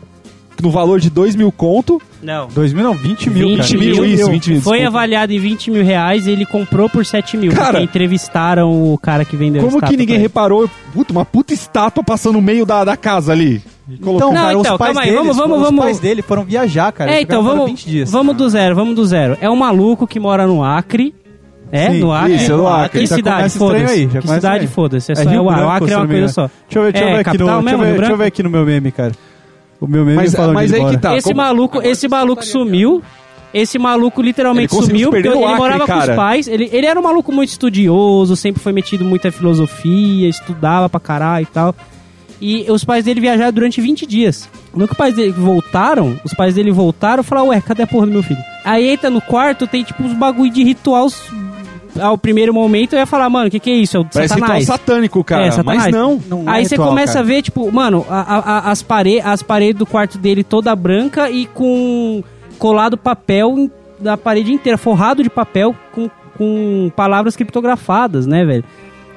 [SPEAKER 4] no valor de dois mil conto.
[SPEAKER 3] Não.
[SPEAKER 5] 2 mil não, 20 mil,
[SPEAKER 3] 20
[SPEAKER 5] cara.
[SPEAKER 3] mil,
[SPEAKER 4] isso, 20 mil.
[SPEAKER 3] Foi
[SPEAKER 4] desculpa.
[SPEAKER 3] avaliado em 20 mil reais e ele comprou por 7 mil.
[SPEAKER 4] Cara,
[SPEAKER 3] porque entrevistaram o cara que vendeu a
[SPEAKER 4] Como
[SPEAKER 3] estátua
[SPEAKER 4] que ninguém
[SPEAKER 3] pra ele.
[SPEAKER 4] reparou? Puta, uma puta estátua passando no meio da, da casa ali.
[SPEAKER 5] Então,
[SPEAKER 3] Não,
[SPEAKER 5] cara,
[SPEAKER 3] então,
[SPEAKER 5] os pais
[SPEAKER 3] calma aí,
[SPEAKER 5] deles,
[SPEAKER 3] vamos, vamos,
[SPEAKER 5] os
[SPEAKER 3] vamos.
[SPEAKER 5] pais dele foram viajar, cara.
[SPEAKER 3] É,
[SPEAKER 5] Eles
[SPEAKER 3] então
[SPEAKER 5] ficaram fora
[SPEAKER 3] vamos,
[SPEAKER 5] 20 dias.
[SPEAKER 3] vamos do zero, vamos do zero. É um maluco que mora no Acre. É,
[SPEAKER 5] Sim,
[SPEAKER 3] no Acre.
[SPEAKER 4] isso, é no Acre.
[SPEAKER 3] Que
[SPEAKER 5] Já
[SPEAKER 3] cidade,
[SPEAKER 5] começa estranho aí,
[SPEAKER 3] foda-se.
[SPEAKER 5] já
[SPEAKER 3] Que
[SPEAKER 5] começa
[SPEAKER 3] cidade,
[SPEAKER 5] aí.
[SPEAKER 3] foda-se. É
[SPEAKER 5] É
[SPEAKER 3] só é
[SPEAKER 5] Rio
[SPEAKER 3] o
[SPEAKER 5] Branco,
[SPEAKER 3] Acre, é
[SPEAKER 5] se não
[SPEAKER 3] uma
[SPEAKER 5] me engano.
[SPEAKER 3] coisa só.
[SPEAKER 5] Deixa eu ver, deixa
[SPEAKER 3] É,
[SPEAKER 5] eu ver aqui no,
[SPEAKER 3] capital
[SPEAKER 5] deixa eu
[SPEAKER 3] mesmo,
[SPEAKER 5] ver,
[SPEAKER 3] Rio
[SPEAKER 5] deixa eu ver
[SPEAKER 3] Branco?
[SPEAKER 5] aqui no meu meme, cara. O meu meme
[SPEAKER 4] Mas-
[SPEAKER 5] fala onde
[SPEAKER 4] mas
[SPEAKER 5] ele
[SPEAKER 4] aí que
[SPEAKER 5] mora.
[SPEAKER 4] tá.
[SPEAKER 3] esse
[SPEAKER 4] como-
[SPEAKER 3] maluco, esse maluco sumiu. Esse maluco
[SPEAKER 4] Ele
[SPEAKER 3] literalmente
[SPEAKER 4] conseguiu se
[SPEAKER 3] sumiu, porque
[SPEAKER 4] perder
[SPEAKER 3] ele
[SPEAKER 4] no Acre,
[SPEAKER 3] morava com
[SPEAKER 4] cara.
[SPEAKER 3] os pais. Ele, ele era um maluco muito estudioso, sempre foi metido muito à filosofia, estudava pra caralho e tal. E os pais dele viajaram durante 20 dias. No que os pais dele voltaram, os pais dele voltaram e falaram, ué, cadê a porra do meu filho? Aí entra no quarto, tem tipo uns bagulho de ritual. Ao primeiro momento eu ia falar, mano, o que, que é isso? É o
[SPEAKER 4] Parece que tá um
[SPEAKER 3] satanás.
[SPEAKER 4] satânico, cara.
[SPEAKER 3] É, Satanás.
[SPEAKER 4] Mas não.
[SPEAKER 5] Não é
[SPEAKER 3] Aí você
[SPEAKER 5] ritual,
[SPEAKER 3] começa
[SPEAKER 5] cara.
[SPEAKER 3] a ver, tipo, mano, a- a- a- as, pare as paredes do quarto dele toda branca e com colado papel em- na parede inteira, forrado de papel com, com palavras criptografadas, né, velho?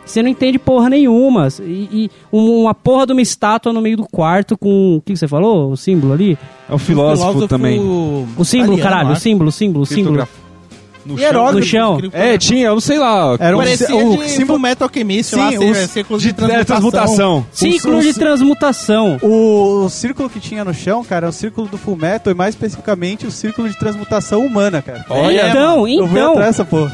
[SPEAKER 3] Você não entende porra nenhuma. E, e um- uma porra de uma estátua no meio do quarto com. O que que você falou? O símbolo ali?
[SPEAKER 4] É um filósofo, também.
[SPEAKER 5] Tá
[SPEAKER 3] O símbolo,
[SPEAKER 7] italiano,
[SPEAKER 3] caralho, o
[SPEAKER 7] acho.
[SPEAKER 3] símbolo, o símbolo, o símbolo.
[SPEAKER 4] Criptografia. No chão.
[SPEAKER 7] Hierógrafo.
[SPEAKER 3] No chão.
[SPEAKER 4] É, tinha, eu não sei lá.
[SPEAKER 5] Era um-
[SPEAKER 7] Parecia
[SPEAKER 5] o
[SPEAKER 7] de
[SPEAKER 5] símbolo-
[SPEAKER 7] Full Metal Alchemist,
[SPEAKER 5] Sim,
[SPEAKER 7] lá, sei,
[SPEAKER 5] os-
[SPEAKER 7] é, círculos
[SPEAKER 4] de
[SPEAKER 7] de
[SPEAKER 4] de
[SPEAKER 7] transmutação.
[SPEAKER 4] transmutação.
[SPEAKER 3] Ciclo
[SPEAKER 5] o-
[SPEAKER 3] de transmutação.
[SPEAKER 5] O, o círculo que tinha no chão, cara, é o círculo do Fullmetal e mais especificamente o círculo de transmutação humana, cara.
[SPEAKER 4] Olha.
[SPEAKER 3] então,
[SPEAKER 5] Eu vou
[SPEAKER 3] então.
[SPEAKER 5] atrás dessa porra.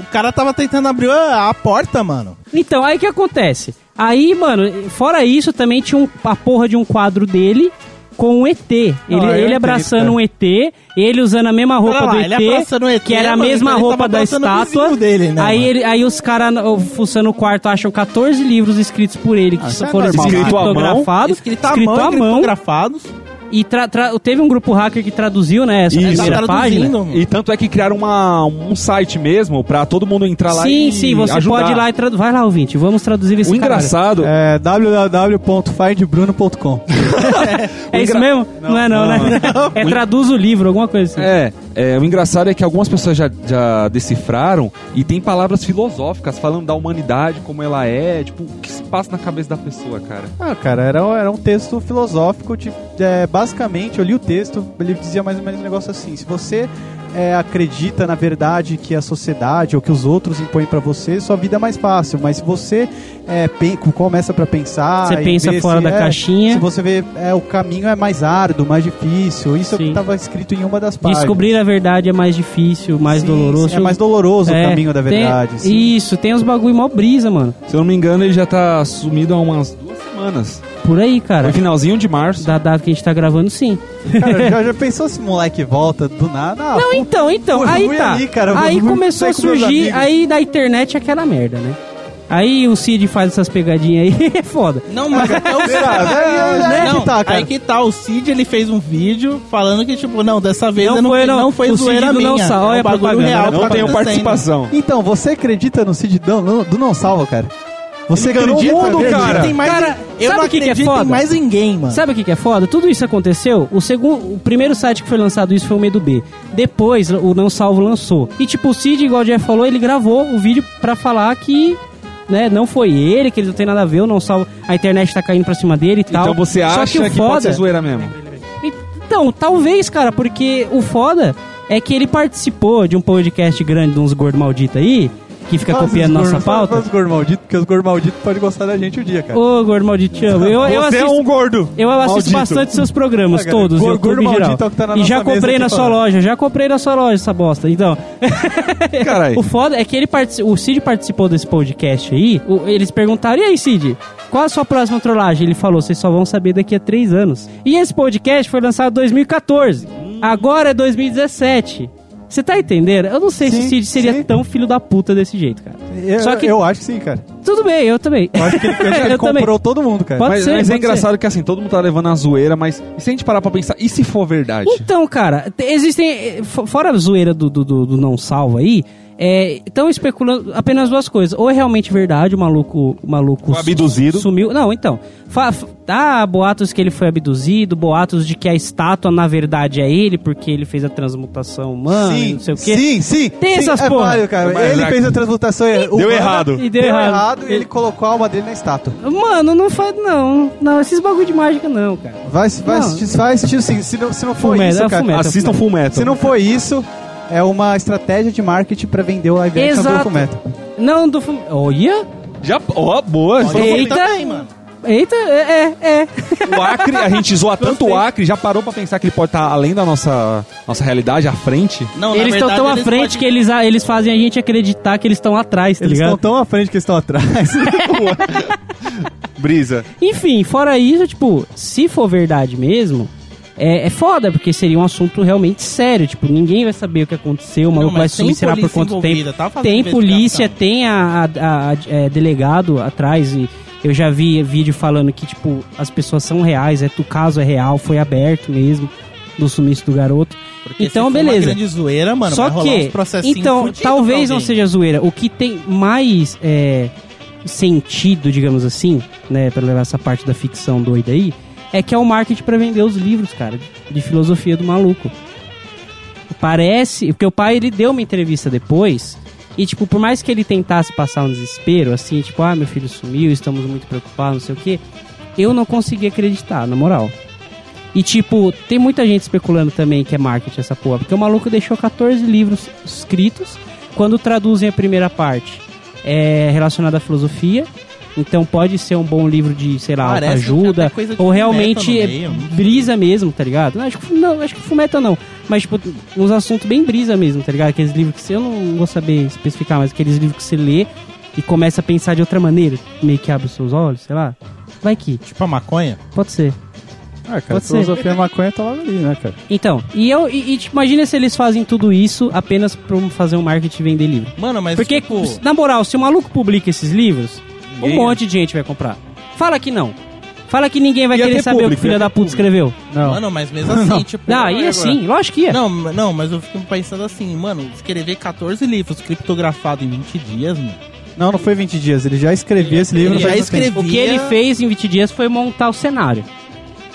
[SPEAKER 7] O cara tava tentando abrir a, a porta, mano.
[SPEAKER 3] Então, aí o que acontece? Aí, mano, fora isso, também tinha um, a porra de um quadro dele com um ET. Ele,
[SPEAKER 5] Não, é
[SPEAKER 3] ele
[SPEAKER 5] um ET,
[SPEAKER 3] abraçando
[SPEAKER 5] cara.
[SPEAKER 3] um ET, ele usando a mesma roupa
[SPEAKER 7] Pera lá,
[SPEAKER 3] do
[SPEAKER 7] ele
[SPEAKER 3] ET,
[SPEAKER 7] abraçando o ET,
[SPEAKER 3] que era a
[SPEAKER 7] mano,
[SPEAKER 3] mesma
[SPEAKER 7] então ele
[SPEAKER 3] roupa
[SPEAKER 7] tava
[SPEAKER 3] da
[SPEAKER 7] abraçando o
[SPEAKER 3] estátua.
[SPEAKER 7] vizinho dele, né,
[SPEAKER 3] aí,
[SPEAKER 7] mano?
[SPEAKER 3] ele, aí os caras, ó, fuçando o quarto, acham 14 livros escritos por ele, que só
[SPEAKER 7] Ah, isso é
[SPEAKER 3] foram
[SPEAKER 7] normal.
[SPEAKER 4] Escrito à mão.
[SPEAKER 3] criptografados.
[SPEAKER 7] Escrito tá à mão, e criptografados.
[SPEAKER 3] E tra- tra- teve um grupo hacker que traduziu, né, essa
[SPEAKER 4] Isso.
[SPEAKER 3] primeira
[SPEAKER 7] Tá
[SPEAKER 3] página.
[SPEAKER 7] traduzindo, mano.
[SPEAKER 4] E tanto é que criaram uma, um site mesmo pra todo mundo entrar lá
[SPEAKER 3] Sim,
[SPEAKER 4] e
[SPEAKER 3] sim, você
[SPEAKER 4] ajudar.
[SPEAKER 3] pode ir lá e traduzir. Vai lá, ouvinte, vamos traduzir esse
[SPEAKER 4] O
[SPEAKER 3] cara.
[SPEAKER 4] engraçado
[SPEAKER 5] É www.findbruno.com.
[SPEAKER 3] É isso mesmo? Não, é não, né? É traduz o livro, alguma coisa assim.
[SPEAKER 4] É, é, o engraçado é que algumas pessoas já, já decifraram e tem palavras filosóficas falando da humanidade, como ela é, tipo, o que se passa na cabeça da pessoa, cara.
[SPEAKER 5] Ah, cara, era, era um texto filosófico. De, é, basicamente, eu li o texto, ele dizia mais ou menos um negócio assim: se você é, acredita na verdade que a sociedade ou que os outros impõem pra você, sua vida é mais fácil. Mas se você é, pen- começa pra pensar,
[SPEAKER 3] Você
[SPEAKER 5] e
[SPEAKER 3] pensa
[SPEAKER 5] vê
[SPEAKER 3] fora
[SPEAKER 5] se
[SPEAKER 3] da
[SPEAKER 5] é- Se
[SPEAKER 3] caixinha.
[SPEAKER 5] você vê, é, o caminho é mais árduo, mais difícil. Isso é o
[SPEAKER 3] Sim.
[SPEAKER 5] que tava escrito em uma das páginas.
[SPEAKER 3] Descobrir a verdade é mais difícil, mais
[SPEAKER 5] Sim,
[SPEAKER 3] doloroso.
[SPEAKER 5] sim, é mais doloroso
[SPEAKER 3] É,
[SPEAKER 5] o caminho da
[SPEAKER 3] tem-
[SPEAKER 5] verdade. sim.
[SPEAKER 3] Isso, tem uns bagulho mó brisa, mano.
[SPEAKER 4] Se eu não me engano, ele já tá sumido há umas duas semanas.
[SPEAKER 3] Por aí, cara.
[SPEAKER 4] Foi finalzinho de março.
[SPEAKER 3] Da data que a gente tá gravando, sim.
[SPEAKER 5] Cara, já, já pensou se o moleque volta do nada? Ah,
[SPEAKER 3] Não, então, então,
[SPEAKER 5] Pô, eu
[SPEAKER 3] aí
[SPEAKER 5] fui
[SPEAKER 3] tá.
[SPEAKER 5] ali, cara, eu
[SPEAKER 3] aí
[SPEAKER 5] fui
[SPEAKER 3] começou a
[SPEAKER 5] sair com meus
[SPEAKER 3] surgir,
[SPEAKER 5] amigos.
[SPEAKER 3] aí da internet é aquela merda, né? Aí o Cid faz essas pegadinhas aí, é foda.
[SPEAKER 7] Não, mas até o
[SPEAKER 5] Será? Aí- aí que tá, cara.
[SPEAKER 7] Aí que tá, o Cid ele fez um vídeo falando que, tipo, não, dessa vez
[SPEAKER 3] Não
[SPEAKER 7] eu não,
[SPEAKER 3] foi,
[SPEAKER 7] foi,
[SPEAKER 3] não.
[SPEAKER 7] não
[SPEAKER 3] O
[SPEAKER 7] foi
[SPEAKER 3] Cid
[SPEAKER 7] zoeira
[SPEAKER 3] do
[SPEAKER 7] minha.
[SPEAKER 3] não sal,
[SPEAKER 7] é
[SPEAKER 3] olha
[SPEAKER 7] um
[SPEAKER 3] a
[SPEAKER 7] bagulho
[SPEAKER 3] propaganda. né?
[SPEAKER 7] real.
[SPEAKER 3] Eu
[SPEAKER 7] que
[SPEAKER 4] não
[SPEAKER 7] tá
[SPEAKER 4] tenho
[SPEAKER 7] acontecendo.
[SPEAKER 4] participação.
[SPEAKER 5] Então, você acredita no Cid do, no- do não salva, cara? Você
[SPEAKER 4] Ele enganou o
[SPEAKER 5] acredita
[SPEAKER 4] mundo,
[SPEAKER 5] mesmo?
[SPEAKER 4] cara.
[SPEAKER 7] Tem mais
[SPEAKER 3] Cara,
[SPEAKER 7] eu
[SPEAKER 3] sabe
[SPEAKER 7] não
[SPEAKER 3] o que que é
[SPEAKER 7] acredito
[SPEAKER 3] foda?
[SPEAKER 7] em mais ninguém, mano.
[SPEAKER 3] Sabe o que, que é foda? Tudo isso aconteceu. O segundo, o primeiro site que foi lançado isso foi o Medo B. Depois o Não Salvo lançou. E tipo, o Cid, igual o Jeff falou, ele gravou o vídeo pra falar que, né, não foi ele, que ele não tem nada a ver, o Não Salvo, a internet tá caindo pra cima dele e tal.
[SPEAKER 4] Então você
[SPEAKER 3] Só
[SPEAKER 4] acha que,
[SPEAKER 3] o
[SPEAKER 4] pode
[SPEAKER 3] foda-
[SPEAKER 4] ser zoeira mesmo?
[SPEAKER 3] Então, talvez, cara, porque o foda é que ele participou de um podcast grande de uns gordos malditos aí. que fica
[SPEAKER 5] Fala
[SPEAKER 3] copiando
[SPEAKER 5] esses
[SPEAKER 3] nossa
[SPEAKER 5] gordos- fala
[SPEAKER 3] pauta.
[SPEAKER 5] Os gordos malditos, porque os gordos malditos podem gostar da gente o dia, cara.
[SPEAKER 3] Ô, gordo maldito, te amo. Eu, eu
[SPEAKER 2] Você
[SPEAKER 3] assisto,
[SPEAKER 2] é um gordo.
[SPEAKER 3] eu assisto
[SPEAKER 2] maldito.
[SPEAKER 3] bastante seus programas,
[SPEAKER 5] Ah, cara,
[SPEAKER 3] todos,
[SPEAKER 5] gordo-
[SPEAKER 3] YouTube
[SPEAKER 5] gordo
[SPEAKER 3] geral.
[SPEAKER 5] maldito é o que tá na
[SPEAKER 3] e
[SPEAKER 5] nossa
[SPEAKER 3] já
[SPEAKER 5] mesa
[SPEAKER 3] comprei
[SPEAKER 5] aqui
[SPEAKER 3] na sua
[SPEAKER 5] falando.
[SPEAKER 3] loja, já comprei na sua loja essa bosta. Então,
[SPEAKER 4] Caralho.
[SPEAKER 3] o foda é que ele partici- o Cid participou desse podcast aí, o- eles perguntaram, e aí Cid, qual a sua próxima trollagem? Ele falou, vocês só vão saber daqui a três anos. E esse podcast foi lançado em 2014, agora é 2017. Você tá entendendo? Eu não sei se
[SPEAKER 5] Sim,
[SPEAKER 3] o Cid seria
[SPEAKER 5] sim.
[SPEAKER 3] tão filho da puta desse jeito, cara.
[SPEAKER 5] Eu,
[SPEAKER 3] Só que-
[SPEAKER 5] eu acho que sim, cara.
[SPEAKER 3] Tudo bem, eu também.
[SPEAKER 5] Eu acho que ele, eu acho que ele
[SPEAKER 3] Eu também.
[SPEAKER 5] comprou todo mundo, cara.
[SPEAKER 3] Pode
[SPEAKER 4] mas,
[SPEAKER 3] ser,
[SPEAKER 4] mas é
[SPEAKER 3] pode ser.
[SPEAKER 4] engraçado que assim, todo mundo tá levando a zoeira, mas e se a gente parar pra pensar, e se for verdade?
[SPEAKER 3] Então, cara, te- existem. eh, fo- Fora a zoeira do, do, do- do não salvo aí, estão especulando apenas duas coisas. Ou é realmente verdade, o maluco. O maluco
[SPEAKER 4] Foi abduzido.
[SPEAKER 3] su- Sumiu. Não, então. Fa, f- ah, boatos que ele foi abduzido, boatos de que a estátua, na verdade, é ele, porque ele fez a transmutação humana, não sei o quê.
[SPEAKER 5] Sim, sim.
[SPEAKER 3] Tem
[SPEAKER 5] sim,
[SPEAKER 3] essas
[SPEAKER 5] é
[SPEAKER 3] porra.
[SPEAKER 5] válido, cara.
[SPEAKER 4] Mas
[SPEAKER 5] ele
[SPEAKER 4] é-
[SPEAKER 5] fez a transmutação e
[SPEAKER 2] Deu errado.
[SPEAKER 3] E
[SPEAKER 5] Deu,
[SPEAKER 3] deu
[SPEAKER 5] errado.
[SPEAKER 3] errado.
[SPEAKER 5] e ele colocou a alma dele na estátua.
[SPEAKER 3] Mano, não faz. Não, não, esses bagulho de mágica não, cara.
[SPEAKER 5] Vai, vai,
[SPEAKER 3] Não.
[SPEAKER 5] assistir, vai assistir sim. Se não, se não for
[SPEAKER 3] Fullmetal,
[SPEAKER 5] isso,
[SPEAKER 3] é
[SPEAKER 5] cara.
[SPEAKER 3] Fullmetal.
[SPEAKER 2] Assistam Full Metal.
[SPEAKER 5] Se não for isso, é uma estratégia de marketing pra vender o live action do
[SPEAKER 3] Exato.
[SPEAKER 5] documento.
[SPEAKER 3] Não, do. fu- Olha!
[SPEAKER 4] Já, ó, boa. então
[SPEAKER 3] Eita.
[SPEAKER 7] também, mano.
[SPEAKER 3] Eita, é, é, é.
[SPEAKER 4] O Acre, a gente zoa tanto o Acre, já parou pra pensar que ele pode estar além da nossa, nossa realidade, à frente?
[SPEAKER 7] Não, na
[SPEAKER 3] eles estão
[SPEAKER 7] verdade,
[SPEAKER 3] tão à
[SPEAKER 7] eles
[SPEAKER 3] frente
[SPEAKER 7] podem-
[SPEAKER 3] que eles, ah, eles fazem a gente acreditar que eles estão atrás, tá
[SPEAKER 5] Eles
[SPEAKER 3] ligado?
[SPEAKER 5] estão tão à frente que eles estão atrás.
[SPEAKER 4] Brisa.
[SPEAKER 3] Enfim, fora isso, tipo, se for verdade mesmo, é, é foda, porque seria um assunto realmente sério. Tipo, ninguém vai saber o que aconteceu, o
[SPEAKER 7] Não,
[SPEAKER 3] maluco vai
[SPEAKER 7] mas tem
[SPEAKER 3] sumir, será por
[SPEAKER 7] polícia
[SPEAKER 3] quanto tempo.
[SPEAKER 7] envolvida, tá fazendo
[SPEAKER 3] Tem polícia,
[SPEAKER 7] investigação.
[SPEAKER 3] tem a, a- a- é, delegado atrás e eu já vi vídeo falando que, tipo, as pessoas são reais, é, o caso é real, foi aberto mesmo do sumiço do garoto.
[SPEAKER 7] Porque
[SPEAKER 3] então,
[SPEAKER 7] se for
[SPEAKER 3] beleza.
[SPEAKER 7] Uma grande zoeira, mano,
[SPEAKER 3] Só
[SPEAKER 7] vai rolar
[SPEAKER 3] que,
[SPEAKER 7] uns processinhos
[SPEAKER 3] então,
[SPEAKER 7] fudidos
[SPEAKER 3] talvez
[SPEAKER 7] pra
[SPEAKER 3] não
[SPEAKER 7] alguém.
[SPEAKER 3] seja zoeira. O que tem mais é, sentido, digamos assim, né, pra levar essa parte da ficção doida aí, é que é o marketing pra vender os livros, cara, de filosofia do maluco. Parece, porque o pai ele deu uma entrevista depois e tipo, por mais que ele tentasse passar um desespero, assim, tipo, ah, meu filho sumiu, estamos muito preocupados, não sei o quê, eu não consegui acreditar, na moral. E tipo, tem muita gente especulando também que é marketing essa porra, porque o maluco deixou 14 livros escritos. Quando traduzem a primeira parte, é relacionada à filosofia. Então pode ser um bom livro de, sei lá,
[SPEAKER 7] Parece um que tem
[SPEAKER 3] ajuda
[SPEAKER 7] até coisa de
[SPEAKER 3] ou
[SPEAKER 7] full
[SPEAKER 3] realmente é
[SPEAKER 7] metal no meio, não sei.
[SPEAKER 3] brisa mesmo, tá ligado? Não, acho que não, acho que fumeta não, mas tipo, uns assuntos bem brisa mesmo, tá ligado? Aqueles livros que você eu não vou saber especificar, mas aqueles livros que você lê e começa a pensar de outra maneira, meio que abre os seus olhos, sei lá. Vai que,
[SPEAKER 7] Tipo a maconha?
[SPEAKER 3] pode ser.
[SPEAKER 5] Ah, cara,
[SPEAKER 3] Pode ser.
[SPEAKER 5] filosofia maconha tá logo ali, né, cara?
[SPEAKER 3] Então, e eu e, e, tipo, imagina se eles fazem tudo isso apenas pra fazer um marketing e vender livro.
[SPEAKER 7] Mano, mas
[SPEAKER 3] Porque,
[SPEAKER 7] tipo...
[SPEAKER 3] na moral, se o maluco publica esses livros,
[SPEAKER 4] Ninguém-
[SPEAKER 3] um monte de gente vai comprar. Fala que não. Fala que ninguém vai
[SPEAKER 4] Ia
[SPEAKER 3] querer
[SPEAKER 4] ter
[SPEAKER 3] saber o
[SPEAKER 4] público,
[SPEAKER 3] que o filho
[SPEAKER 4] ia
[SPEAKER 3] da puta escreveu.
[SPEAKER 5] Não.
[SPEAKER 7] Mano, mas mesmo assim, tipo...
[SPEAKER 3] Ah, ia sim, lógico que ia.
[SPEAKER 7] Não, não, mas eu fico pensando assim, mano, escrever 14 livros criptografados em 20 dias, mano.
[SPEAKER 5] Não, não foi 20 dias. Ele já escrevia esse livro.
[SPEAKER 7] Ele já
[SPEAKER 5] faz um
[SPEAKER 7] escrevia.
[SPEAKER 5] tempo.
[SPEAKER 3] O que ele fez em 20 dias foi montar o cenário.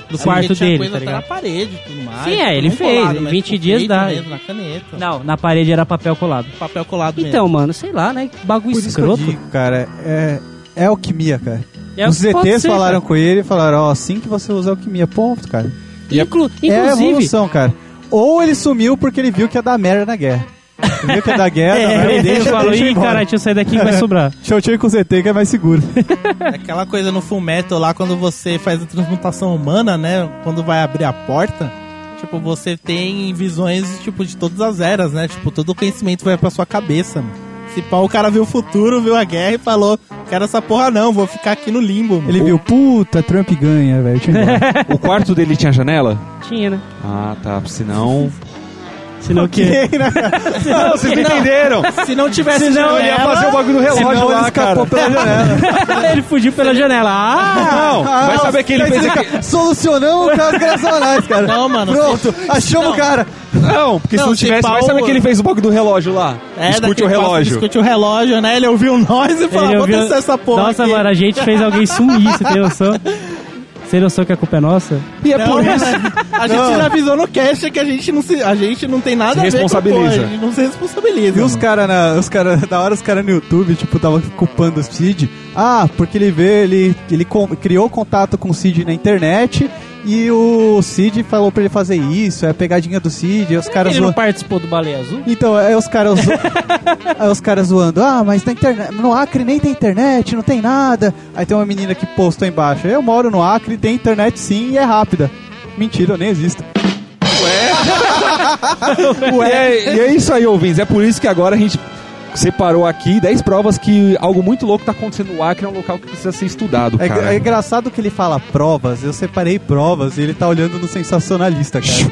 [SPEAKER 3] Do
[SPEAKER 7] Porque
[SPEAKER 3] quarto
[SPEAKER 7] tinha
[SPEAKER 3] dele,
[SPEAKER 7] coisa
[SPEAKER 3] tá
[SPEAKER 7] até na
[SPEAKER 3] ligado?
[SPEAKER 7] parede e tudo mais.
[SPEAKER 3] Sim, é,
[SPEAKER 7] Tipo,
[SPEAKER 3] ele
[SPEAKER 7] não
[SPEAKER 3] fez,
[SPEAKER 7] colado,
[SPEAKER 3] em
[SPEAKER 7] mas,
[SPEAKER 3] 20
[SPEAKER 7] tipo,
[SPEAKER 3] dias
[SPEAKER 7] feito
[SPEAKER 3] dá.
[SPEAKER 7] Mesmo, na caneta.
[SPEAKER 3] Não, na parede era papel colado.
[SPEAKER 7] Papel colado
[SPEAKER 3] Então, mano, sei lá, né? Que Bagulho
[SPEAKER 5] Por isso que eu
[SPEAKER 3] escroto.
[SPEAKER 5] digo, cara, é, é alquimia, cara.
[SPEAKER 3] É,
[SPEAKER 5] Os
[SPEAKER 3] pode
[SPEAKER 5] ETs
[SPEAKER 3] ser,
[SPEAKER 5] falaram com ele e falaram, ó, assim que você usa alquimia, ponto, cara.
[SPEAKER 3] cara. Inclu-
[SPEAKER 5] É a
[SPEAKER 3] inclusive,
[SPEAKER 5] evolução, cara. Ou ele sumiu porque ele viu que ia dar merda na guerra. Ele viu que ia dar guerra,
[SPEAKER 3] é,
[SPEAKER 5] não,
[SPEAKER 3] ele
[SPEAKER 5] deixa,
[SPEAKER 3] falou,
[SPEAKER 5] deixa eu ir
[SPEAKER 3] ih,
[SPEAKER 5] embora.
[SPEAKER 3] cara, deixa eu sair daqui que vai sobrar.
[SPEAKER 5] Deixa eu- deixa eu ir com o ZT que é mais seguro.
[SPEAKER 7] mesmo. É Aquela coisa no Full Metal lá, quando você faz a transmutação humana, né? Quando vai abrir a porta, tipo, você tem visões, tipo, de todas as eras, né? Tipo, todo o conhecimento vai pra sua cabeça, mano. Se pau, o cara viu o futuro, viu a guerra e falou, quero essa porra não, vou ficar aqui no limbo, mano.
[SPEAKER 5] Ele viu, puta, Trump ganha, velho. deixa eu ir embora."
[SPEAKER 4] O quarto dele tinha janela?
[SPEAKER 3] Tinha, né?
[SPEAKER 4] Ah, tá. Senão.
[SPEAKER 3] Senão o quê?
[SPEAKER 4] Não, vocês não entenderam!
[SPEAKER 7] Se não tivesse
[SPEAKER 4] Senão ele ia
[SPEAKER 7] janela,
[SPEAKER 4] fazer o bagulho do relógio
[SPEAKER 5] Senão É ele
[SPEAKER 4] lá, cara.
[SPEAKER 5] escapou pela janela.
[SPEAKER 3] né? ele fugiu pela janela. Ah!
[SPEAKER 4] Não, vai saber que ele fez
[SPEAKER 5] é
[SPEAKER 4] aqui.
[SPEAKER 5] Solucionamos o caso gracionais, cara.
[SPEAKER 7] Não, mano,
[SPEAKER 5] Pronto, achamos o cara.
[SPEAKER 4] Não, porque se
[SPEAKER 7] Não,
[SPEAKER 4] não
[SPEAKER 7] se É,
[SPEAKER 4] tivesse, vai
[SPEAKER 7] pau-
[SPEAKER 4] saber que ele fez o bagulho do relógio lá. Escute
[SPEAKER 7] daquele
[SPEAKER 4] o
[SPEAKER 7] passo,
[SPEAKER 4] relógio.
[SPEAKER 7] Escute o relógio, né? Ele ouviu nós e falou, vou descer essa porra
[SPEAKER 3] Nossa,
[SPEAKER 7] aqui.
[SPEAKER 3] mano, a gente fez alguém sumir, você tem noção? Você tem noção que a culpa é nossa?
[SPEAKER 4] E é
[SPEAKER 7] Não,
[SPEAKER 4] por
[SPEAKER 7] né?
[SPEAKER 4] isso.
[SPEAKER 7] A gente já avisou no cast que a gente não, se, a gente não tem nada
[SPEAKER 4] Se
[SPEAKER 7] a ver com a
[SPEAKER 4] responsabiliza.
[SPEAKER 7] porra, a gente não se responsabiliza.
[SPEAKER 5] E os
[SPEAKER 7] mano.
[SPEAKER 5] caras na. Os cara, da hora os caras no YouTube, tipo, tava culpando o Cid. Ah, porque ele vê, ele, ele com- criou contato com o Cid na internet E o Cid falou pra ele fazer isso, é a pegadinha do Cid, aí os caras
[SPEAKER 3] Ele não
[SPEAKER 5] zoam.
[SPEAKER 3] participou do Baleia Azul?
[SPEAKER 5] Então, aí os caras zo... aí os caras zoando, ah, mas na internet, no Acre nem tem internet, não tem nada. Aí tem uma menina que postou embaixo, eu moro no Acre, tem internet sim e é rápida. Mentira, eu nem existo.
[SPEAKER 4] É, e é isso aí, ouvintes. É por isso que agora a gente separou aqui 10 provas que algo muito louco tá acontecendo no Acre, é um local que precisa ser estudado,
[SPEAKER 5] É,
[SPEAKER 4] cara.
[SPEAKER 5] é engraçado que ele fala provas, eu separei provas e ele tá olhando no sensacionalista, cara.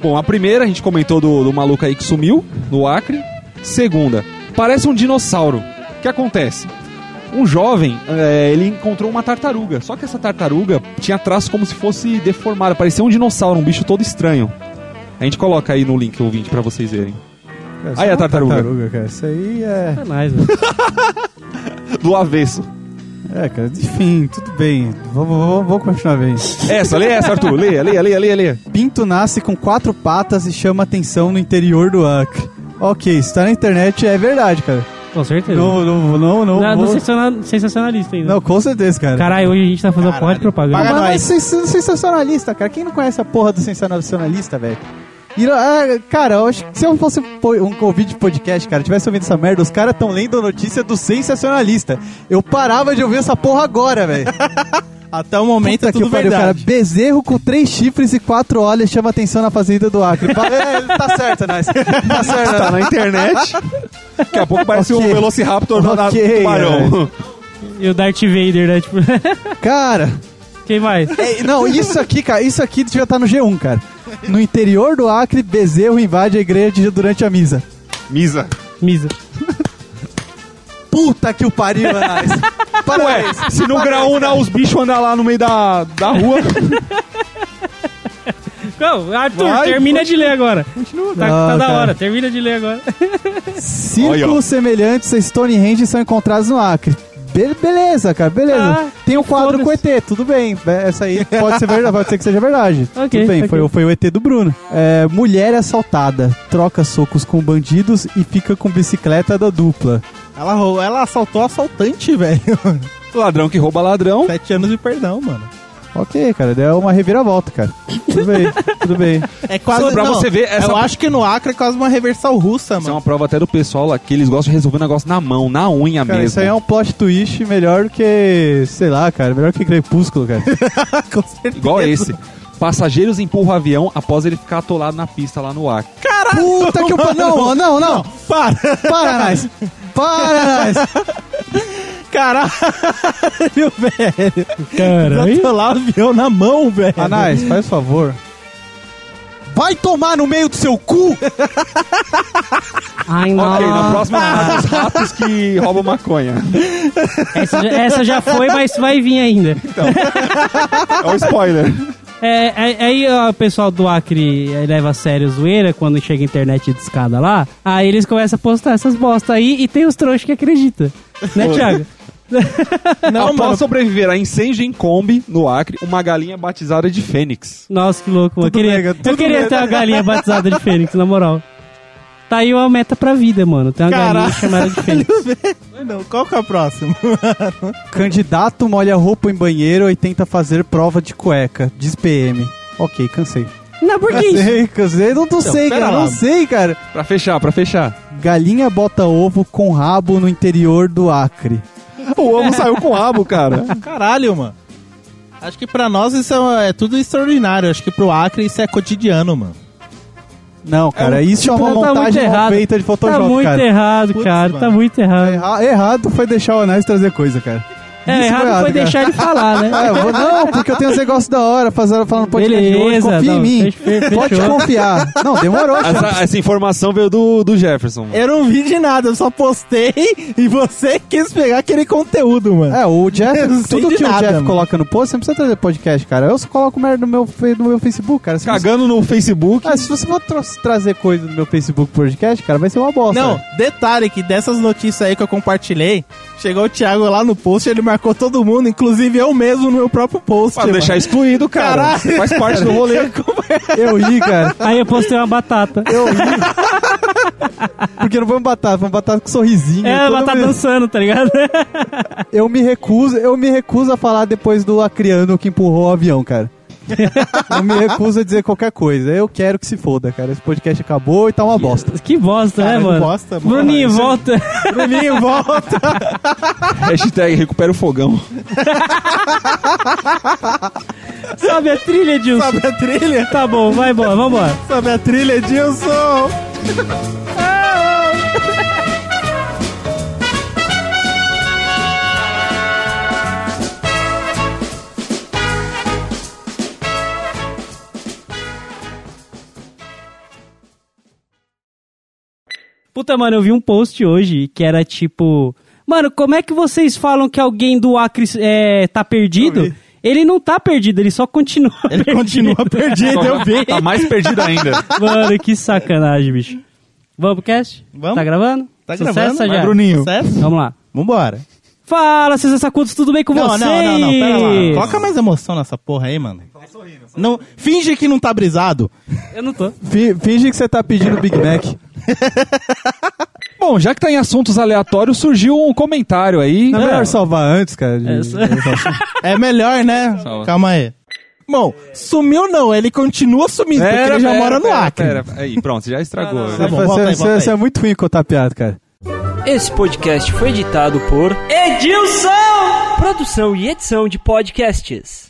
[SPEAKER 4] Bom, a primeira a gente comentou do, do maluco aí que sumiu no Acre. Segunda, parece um dinossauro. O que acontece? Um jovem, é, ele encontrou uma tartaruga. Só que essa tartaruga tinha traços como se fosse deformada. Parecia um dinossauro, um bicho todo estranho. A gente coloca aí no link ouvinte pra vocês verem.
[SPEAKER 5] Isso
[SPEAKER 4] Aí
[SPEAKER 5] é
[SPEAKER 4] a
[SPEAKER 5] uma
[SPEAKER 4] tartaruga.
[SPEAKER 5] cara. Isso aí é.
[SPEAKER 3] Sacanagem, velho.
[SPEAKER 4] Do avesso.
[SPEAKER 5] É, cara, enfim, tudo bem. Vamos, vamos, vamos continuar bem.
[SPEAKER 4] Essa, lê essa, Arthur. Lê, lê, lê, lê, lê.
[SPEAKER 5] Pinto nasce com quatro patas e chama atenção no interior do Acre. Ok, isso tá na internet, é verdade, cara.
[SPEAKER 3] Com certeza.
[SPEAKER 5] Não, não, não, não.
[SPEAKER 3] Na-
[SPEAKER 5] Não,
[SPEAKER 3] do sensaciona- sensacionalista ainda.
[SPEAKER 5] não com certeza, cara.
[SPEAKER 3] Caralho, hoje a gente tá fazendo
[SPEAKER 7] Caralho.
[SPEAKER 3] porra de propaganda.
[SPEAKER 7] Paga
[SPEAKER 5] Mas,
[SPEAKER 7] nós.
[SPEAKER 5] mas sens- sensacionalista, cara. Quem não conhece a porra do sensacionalista, velho? E, ah, cara, eu acho que se eu fosse po- um convite de podcast, cara, tivesse ouvindo essa merda, os caras tão lendo a notícia do sensacionalista. Eu parava de ouvir essa porra agora, velho.
[SPEAKER 7] Até o momento é
[SPEAKER 5] Puta que
[SPEAKER 7] tudo
[SPEAKER 5] pariu, cara.
[SPEAKER 7] verdade.
[SPEAKER 5] Bezerro com três chifres e quatro olhos chama atenção na fazenda do Acre. Pa- é, tá certo, nós. Tá certo.
[SPEAKER 2] Tá na internet.
[SPEAKER 4] Daqui a pouco parece
[SPEAKER 5] Ok.
[SPEAKER 4] um Velociraptor na- na
[SPEAKER 5] Ok,
[SPEAKER 4] tubarão.
[SPEAKER 7] é.
[SPEAKER 3] E o Darth Vader, né? Tipo,
[SPEAKER 5] Cara,
[SPEAKER 3] quem mais?
[SPEAKER 5] é, não, isso aqui, cara, isso aqui devia estar no G1, cara. No interior do Acre, Bezerro invade a igreja durante a misa.
[SPEAKER 4] Misa.
[SPEAKER 3] Misa.
[SPEAKER 5] Puta que o pariu, Anais. Parabéns.
[SPEAKER 4] Ué, É, se no graúna os bichos andar lá no meio da, da rua,
[SPEAKER 3] Não, Arthur,
[SPEAKER 4] Vai,
[SPEAKER 3] termina de ler agora. Continua. Tá, tá
[SPEAKER 5] Não,
[SPEAKER 3] da
[SPEAKER 5] cara.
[SPEAKER 3] hora, termina de ler agora.
[SPEAKER 5] Círculos semelhantes a Stonehenge são encontrados no Acre. Be- beleza, cara, beleza.
[SPEAKER 3] Ah,
[SPEAKER 5] Tem um quadro com ET,
[SPEAKER 3] foda-se.
[SPEAKER 5] tudo bem. É, Essa aí pode ser verdade, pode ser que seja verdade.
[SPEAKER 3] Ok,
[SPEAKER 5] tudo bem,
[SPEAKER 3] ok.
[SPEAKER 5] foi, o- foi o ET do Bruno. É, mulher assaltada, troca socos com bandidos e fica com bicicleta da dupla.
[SPEAKER 7] Ela, rou- ela assaltou o assaltante, velho.
[SPEAKER 4] ladrão que rouba ladrão.
[SPEAKER 7] Sete anos de perdão, mano.
[SPEAKER 5] Ok, cara, deu uma reviravolta, cara. Tudo bem, tudo bem.
[SPEAKER 7] É quase.
[SPEAKER 4] Pra você ver, essa-
[SPEAKER 7] Eu acho que no Acre é quase uma reversal russa,
[SPEAKER 4] Isso é
[SPEAKER 7] mano.
[SPEAKER 4] uma prova até do pessoal lá, que eles gostam de resolver o negócio na mão, na unha
[SPEAKER 5] Cara,
[SPEAKER 4] mesmo.
[SPEAKER 5] isso aí é um plot twist melhor que, sei lá, cara, melhor que Crepúsculo, cara.
[SPEAKER 7] Com certeza.
[SPEAKER 4] Igual esse. Passageiros empurram o avião após ele ficar atolado na pista lá no Acre.
[SPEAKER 5] Puta que o pariu. Não, não, não.
[SPEAKER 7] Para!
[SPEAKER 5] Para, Anais. Para, Anais.
[SPEAKER 7] Caralho, velho.
[SPEAKER 3] Caralho.
[SPEAKER 7] Botou lá o avião na mão, velho.
[SPEAKER 4] Ah,
[SPEAKER 5] Anais, faz favor. Vai tomar no meio do seu cu!
[SPEAKER 3] Ai, não.
[SPEAKER 4] Ok, na próxima ah. os ratos que roubam maconha.
[SPEAKER 3] Essa, já- essa já foi, mas vai vir ainda.
[SPEAKER 4] É um spoiler.
[SPEAKER 3] É, é- aí ó, o pessoal do Acre é, leva a sério a zoeira quando chega a internet de escada lá. Aí eles começam a postar essas bostas aí e tem os trouxas que acreditam. Né, Thiago?
[SPEAKER 4] Após sobreviver a incêndio em Kombi, no Acre, uma galinha batizada de Fênix.
[SPEAKER 3] Nossa, que louco. Eu
[SPEAKER 5] Tudo
[SPEAKER 3] queria,
[SPEAKER 5] mega,
[SPEAKER 3] eu
[SPEAKER 5] tudo
[SPEAKER 3] queria
[SPEAKER 5] mega.
[SPEAKER 3] ter uma galinha batizada de Fênix, na moral. Tá aí uma meta pra vida, mano. Tem uma galinha chamada de Fênix.
[SPEAKER 7] Não, qual que é o próximo?
[SPEAKER 5] Candidato molha roupa em banheiro e tenta fazer prova de cueca. Diz PM. Ok, cansei.
[SPEAKER 3] Não, por que isso?
[SPEAKER 5] Cansei, cansei. Não, não sei,
[SPEAKER 7] pera
[SPEAKER 5] cara.
[SPEAKER 7] lá.
[SPEAKER 5] Não sei, cara.
[SPEAKER 4] Pra fechar, pra fechar.
[SPEAKER 5] Galinha bota ovo com rabo no interior do Acre.
[SPEAKER 4] O ovo saiu com o rabo, cara.
[SPEAKER 7] Caralho, mano. Acho que pra nós isso é, é tudo extraordinário. Acho que pro Acre isso é cotidiano, mano.
[SPEAKER 5] Não, cara, isso é
[SPEAKER 3] Tipo,
[SPEAKER 5] uma
[SPEAKER 3] tá
[SPEAKER 5] montagem
[SPEAKER 3] muito
[SPEAKER 5] mal
[SPEAKER 3] errado.
[SPEAKER 5] feita de Photoshop,
[SPEAKER 3] Tá muito
[SPEAKER 5] cara.
[SPEAKER 3] errado,
[SPEAKER 7] Putz,
[SPEAKER 3] cara. Tá
[SPEAKER 7] mano.
[SPEAKER 3] muito errado.
[SPEAKER 5] Erra- Errado foi deixar o Anais trazer coisa, cara.
[SPEAKER 3] É,
[SPEAKER 5] Isso
[SPEAKER 3] errado foi
[SPEAKER 5] cara.
[SPEAKER 3] deixar de falar, né?
[SPEAKER 5] Ah, eu vou- não, porque eu tenho uns negócios da hora fazendo falar no podcast de hoje.
[SPEAKER 3] Beleza.
[SPEAKER 5] Confia
[SPEAKER 3] não,
[SPEAKER 5] em mim.
[SPEAKER 3] fe- fe-
[SPEAKER 5] Pode
[SPEAKER 3] fechou.
[SPEAKER 5] confiar. Não, demorou,
[SPEAKER 4] Essa, essa informação veio do, do Jefferson.
[SPEAKER 7] Eu não vi de nada, eu só postei e você quis pegar aquele conteúdo, mano.
[SPEAKER 5] É, o
[SPEAKER 7] Eu não
[SPEAKER 5] Jeff,
[SPEAKER 7] sei
[SPEAKER 5] tudo
[SPEAKER 7] de
[SPEAKER 5] que o
[SPEAKER 7] nada,
[SPEAKER 5] Jeff
[SPEAKER 7] mano.
[SPEAKER 5] coloca no post, você não precisa trazer podcast, cara. Eu só coloco merda no meu, fe- no meu Facebook, cara. Se você,
[SPEAKER 4] Cagando no Facebook.
[SPEAKER 5] Ah, se você for tro- trazer coisa no meu Facebook podcast, cara, vai ser uma bosta.
[SPEAKER 7] Não,
[SPEAKER 5] né?
[SPEAKER 7] detalhe que dessas notícias aí que eu compartilhei, chegou o Thiago lá no post, ele marcou todo mundo, inclusive eu mesmo no meu próprio post.
[SPEAKER 4] Pra deixar excluído, cara.
[SPEAKER 7] Caralho.
[SPEAKER 4] Você faz parte do rolê.
[SPEAKER 5] Eu ri, cara.
[SPEAKER 3] Aí eu postei uma batata.
[SPEAKER 5] Eu ri. É Porque não foi um batata, foi um batata com sorrisinho.
[SPEAKER 3] É,
[SPEAKER 5] todo
[SPEAKER 3] ela tá
[SPEAKER 5] mundo-
[SPEAKER 3] dançando, tá ligado?
[SPEAKER 5] Eu me recuso, eu me recuso a falar depois do acriano que empurrou o avião, cara. Eu me recuso a dizer qualquer coisa. Eu quero que se foda, cara. Esse podcast acabou e tá uma bosta.
[SPEAKER 3] Que bosta,
[SPEAKER 7] Cara,
[SPEAKER 3] né,
[SPEAKER 7] não
[SPEAKER 3] mano?
[SPEAKER 7] bosta, mano.
[SPEAKER 3] Bruninho,
[SPEAKER 7] Isso-
[SPEAKER 3] volta.
[SPEAKER 5] Bruninho, volta!
[SPEAKER 4] Hashtag recupera o fogão.
[SPEAKER 3] Sabe a trilha, Dilson?
[SPEAKER 5] Sabe a trilha?
[SPEAKER 3] Tá bom, vai embora, vambora.
[SPEAKER 5] Sabe a trilha, Edilson?
[SPEAKER 3] Puta, mano, eu vi um post hoje que era tipo. Mano, como é que vocês falam que alguém do Acre é, tá perdido? Ele não tá perdido, ele só continua.
[SPEAKER 7] Ele
[SPEAKER 3] perdido.
[SPEAKER 7] continua perdido, eu vi.
[SPEAKER 4] Tá mais perdido ainda.
[SPEAKER 3] Mano, que sacanagem, bicho. Vamos pro cast?
[SPEAKER 7] Vamos.
[SPEAKER 3] Tá gravando?
[SPEAKER 7] Tá
[SPEAKER 3] Sucesso,
[SPEAKER 7] gravando, mas
[SPEAKER 3] já.
[SPEAKER 4] Bruninho.
[SPEAKER 7] Sucesso?
[SPEAKER 3] Vamos lá.
[SPEAKER 7] Vambora.
[SPEAKER 3] Fala, seus sacudos, tudo bem com
[SPEAKER 7] Não,
[SPEAKER 3] vocês?
[SPEAKER 7] não, não, não, pera lá. Coloca mais emoção nessa porra aí, mano. Não, finge que não tá brisado.
[SPEAKER 3] Eu não
[SPEAKER 7] Hum,
[SPEAKER 3] tô.
[SPEAKER 5] Fi- Finge que você tá pedindo Big Mac.
[SPEAKER 4] Bom, já que tá em assuntos aleatórios, surgiu um comentário aí.
[SPEAKER 5] Não é melhor salvar antes, cara? de-
[SPEAKER 3] É, só-
[SPEAKER 7] É melhor, né?
[SPEAKER 4] Salva.
[SPEAKER 7] Calma aí. Bom, sumiu não, ele continua sumindo, porque ele já mora no Acre.
[SPEAKER 4] Aí, pronto, já estragou.
[SPEAKER 5] Você-
[SPEAKER 7] bom,
[SPEAKER 5] você-
[SPEAKER 7] volta aí,
[SPEAKER 5] você-
[SPEAKER 7] volta aí.
[SPEAKER 5] você é muito ruim contar piada, cara.
[SPEAKER 8] Esse podcast foi editado por Edilson! Produção e edição de podcasts.